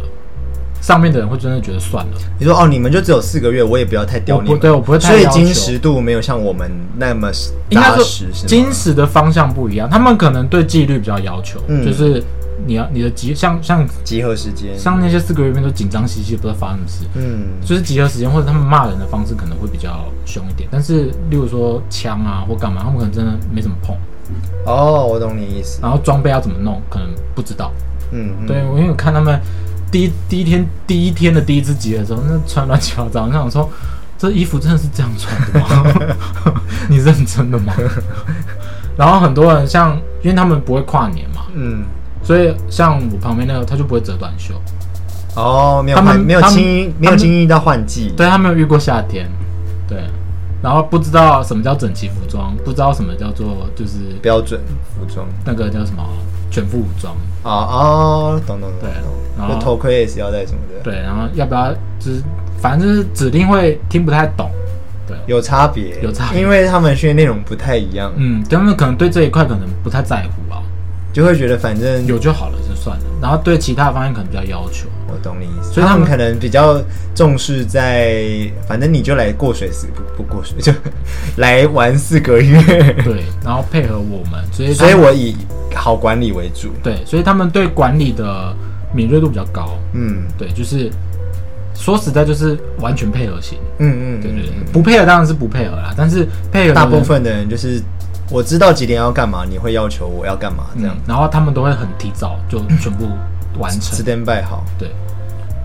B: 上面的人会真的觉得算了，
A: 你说哦，你们就只有四个月，我也不要太刁你
B: 我
A: 们，
B: 不对我不会太
A: 所以
B: 要求
A: 金石度没有像我们那么
B: 应该
A: 扎
B: 说
A: 实，是吗
B: 金石的方向不一样，他们可能对纪律比较要求，
A: 嗯
B: 就是你要你的集像像
A: 集合时间，
B: 像那些四个月兵都紧张兮兮，不知道发生什么事。
A: 嗯，
B: 就是集合时间，或者他们骂人的方式可能会比较凶一点，但是例如说枪啊或干嘛，他们可能真的没怎么碰，
A: 哦，我懂你意思，
B: 然后装备要怎么弄可能不知道，
A: 嗯，嗯
B: 对，，我因为我看他们第一第一天第一天的第一支集的时候，那穿乱七八糟，那想说 这衣服真的是这样穿的吗？ 你认真的吗？ 然后很多人像，因为他们不会跨年嘛，
A: 嗯，
B: 所以像我旁边那个他就不会折短袖，
A: 哦，没有
B: 他们
A: 换，没有
B: 他们
A: 经没有
B: 他们
A: 经历到换季，
B: 对他没有遇过夏天，对，然后不知道什么叫整齐服装，不知道什么叫做就是
A: 标准服装，
B: 那个叫什么全副武装，
A: 哦哦，懂懂懂
B: 对然
A: 懂，
B: 后
A: 就头盔也是要戴什么的，
B: 对，然后要不要就是反正就是指定会听不太懂，对，
A: 有差别，
B: 有差别
A: 因为他们训练内容不太一样，
B: 嗯，他们可能对这一块可能不太在乎啊，
A: 就会觉得反正
B: 有就好了就算了。然后对其他方面可能比较要求，
A: 我懂你意思，
B: 所
A: 所
B: 以
A: 以他
B: 他们
A: 们可能比较重视在，反正你就来过水四不不过水 就来玩四个 月，
B: 对，然后配合我们，所以他
A: 嗯所
B: 们
A: 以我以好管理为主。
B: 对，所以他们对管理的敏锐度比较高，
A: 嗯
B: 对，就是说实在就是完全配合型，
A: 嗯嗯，
B: 对对对
A: 嗯，
B: 不配合当然是不配合啦，但是配合的
A: 大部
B: 人
A: 分的人就是我知道几点要干嘛，你会要求我要干嘛这样
B: 嗯，然后他们都会很提早就全部完成，
A: ，standby 好，
B: 对。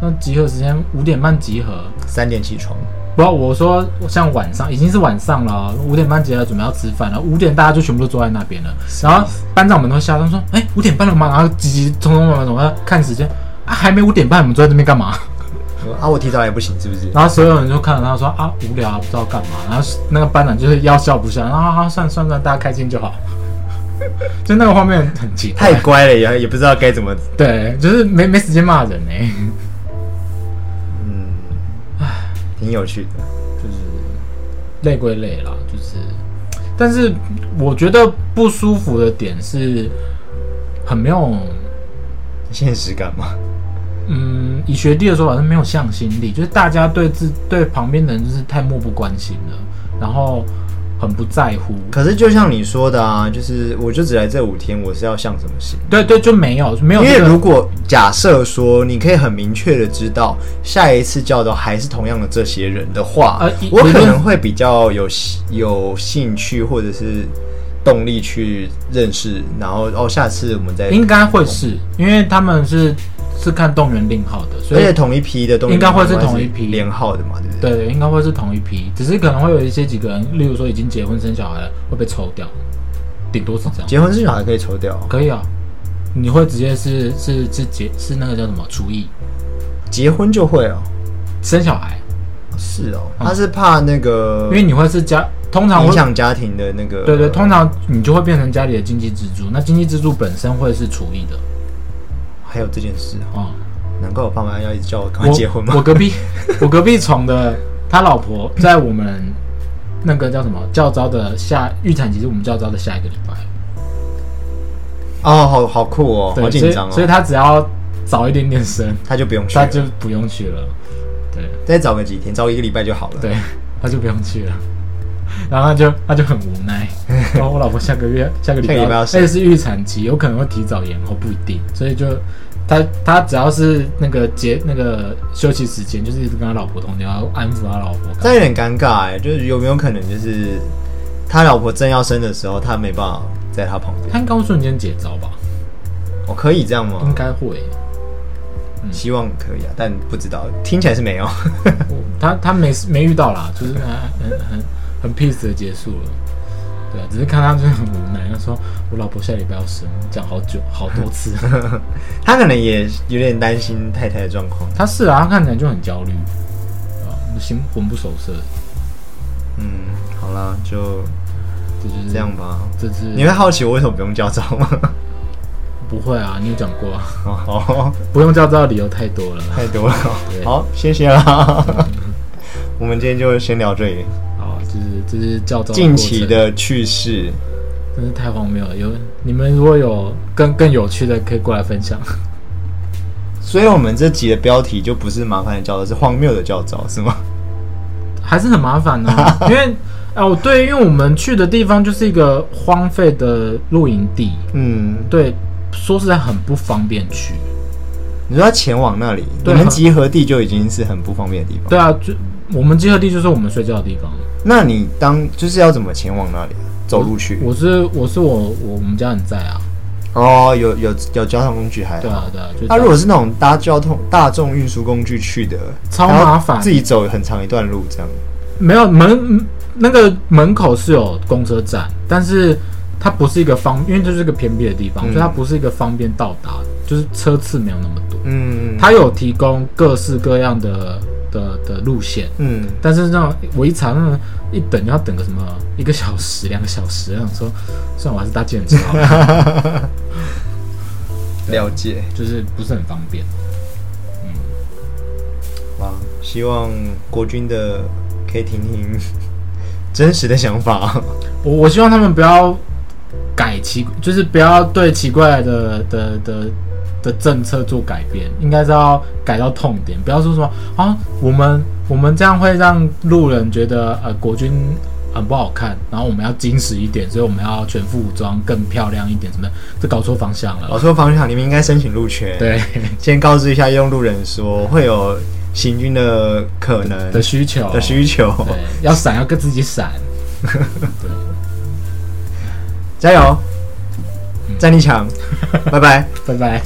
B: 那集合时间五点半集合，
A: 三点起床，
B: 不，我说像晚上已经是晚上了，五点半集合准备要吃饭了，五点大家就全部都坐在那边了。然后班长们都吓到说：“哎、五点半了吗？”然后急急匆匆忙忙走，要看时间啊，还没五点半，你们坐在这边干嘛？
A: 我说啊，我提早来不行是不是？
B: 然后所有人就看着他说：“啊，无聊啊，不知道干嘛。”然后那个班长就是要笑不笑，然后啊，算了 算了算了，大家开心就好。 就那个画面很奇怪
A: 太，乖了，也也不知道该怎么，
B: 对，就是没没时间骂人哎、
A: 嗯，挺有趣的。
B: 就是累归累啦，就是，但是我觉得不舒服的点是很没有，
A: 现实感嘛，
B: 嗯，以学弟的说法是没有向心力，就是大家对自对旁边的人就是太漠不关心了，然后很不在乎。
A: 可是就像你说的啊，就是我就只来这五天，我是要向什么心？
B: 对对，就没有没有、
A: 因
B: 这
A: 为
B: 个。
A: 如果假设说你可以很明确的知道下一次教导还是同样的这些人的话，
B: 呃一
A: 我
B: 理
A: 可
B: 论
A: 能会比较有兴有兴趣或者是动力去认识，然后哦下次我们再
B: 应该会是因为他们是是看动员令号的，所
A: 而且
B: 以
A: 同一批的东西
B: 应该会是同一批
A: 连号的嘛，对不对？
B: 对对，应该会是同一批，只是可能会有一些几个人，例如说已经结婚生小孩了，会被抽掉，顶多是这样。
A: 结婚生小孩可以抽掉，
B: 可以啊，你会直接是是是结是那个叫什么厨艺
A: 结婚就会哦，
B: 生小孩，
A: 是哦，
B: 嗯
A: 他是怕那个
B: 因为你会是家通常
A: 呃影
B: 会
A: 响家庭的那个，
B: 对对，通常你就会变成家里的经济支柱，那经济支柱本身会是厨艺的
A: 还有这件事哦，
B: 啊。
A: 难怪我爸妈要一直叫我赶
B: 我
A: 快结婚嘛
B: 我，隔壁 我隔壁床的他老婆在我们那个叫什么教招的下预产期是我们教招的下一个礼拜，
A: 哦，好好酷哦，好
B: 对，所
A: 紧
B: 以
A: 张哦，
B: 所以他只要早一点点生，
A: 他就不用去
B: 他
A: 了，
B: 就不用去了，对
A: 再找个几天，找一个礼拜就好了。，
B: 对，他就不用去了。然后他就他就很无 奈，然后我老婆下个月下个礼拜，
A: 下个礼拜要
B: 而
A: 生
B: 且是预产期，有可能会提早延后，不一定，所以就他他只要是那个节那个休息时间，就是一直跟他老婆通电话，安抚他老婆。
A: 但有点尴尬哎、就是有没有可能就是他老婆正要生的时候，他没办法在他旁边？
B: 他应该会瞬间解招吧？
A: 我、可以这样吗
B: 应？该会。
A: 希望可以啊，但不知道，听起来是没有。
B: 我他他没没遇到啦，就是他很很很 peace 的结束了。对啊，只是看他就是很无奈，他说我老婆下礼拜要生，讲好久好多次。
A: 他可能也有点担心太太的状况。
B: 他是啊，他看起来就很焦虑，对吧？心魂不守舍，
A: 嗯，好啦，就
B: 这就是
A: 这样。吧。
B: 这是
A: 你会好奇我为什么不用教招吗？
B: 不会啊？你有讲过啊？
A: 哦，好，
B: 不用教招的理由太多了。
A: 太多了
B: 对。
A: 好，谢谢啦。 我们今天就先聊这里。
B: 好，啊就是这是教招
A: 近
B: 过
A: 期
B: 程
A: 的趣事，
B: 真是太荒谬了。有你们如果有更更有趣的，可以过来分享。
A: 所以我们这集的标题就不是麻烦的教招，是荒谬的教招，是吗？
B: 还是很麻烦呢、 因为哦，对，因为我们去的地方就是一个荒废的露营地，
A: 嗯，
B: 对，说实在很不方便去。
A: 你说要前往那里，你
B: 对
A: 们
B: 啊
A: 集合地就已经是很不方便的地方。
B: 对啊，就我们集合地就是我们睡觉的地方。
A: 那你当就是要怎么前往那里、啊？走路去？
B: 我是我是我我我们家人在啊，
A: 哦，有有有交通工具还
B: 对
A: 好。
B: 啊对啊，就
A: 那、如果是那种搭交通大众运输工具去的，
B: 超
A: 还要
B: 麻烦
A: 自己走很长一段路这样。
B: 没有门那个门口是有公车站，但是它不是一个方，因为这是一个偏僻的地方，
A: 嗯
B: 所以它不是一个方便到达，就是车次没有那么多。
A: 嗯，
B: 它有提供各式各样的的的路线。
A: 嗯，
B: 但是那种我一查，那种一等就要等个什么一个小时、两个小时，那种说，算了，我还是搭计程车好了，
A: 了解。
B: 就是不是很方便。嗯
A: 哇，希望国军的可以听听 真实的想法。
B: 我我希望他们不要改奇，就是不要对奇怪的的的的政策做改变，应该是要改到痛点，不要说什么啊，我们我们这样会让路人觉得呃国军很不好看，然后我们要矜持一点，所以我们要全副武装，更漂亮一点什么的，这搞错方向
A: 老
B: 了。
A: 说房场，你们应该申请入权。，
B: 对
A: 先告知一下用路人说会有行军的可能
B: 的需求
A: 的需求，
B: 对，要闪要跟自己闪。对，嗯
A: 加油，战力强，拜拜。
B: 拜拜。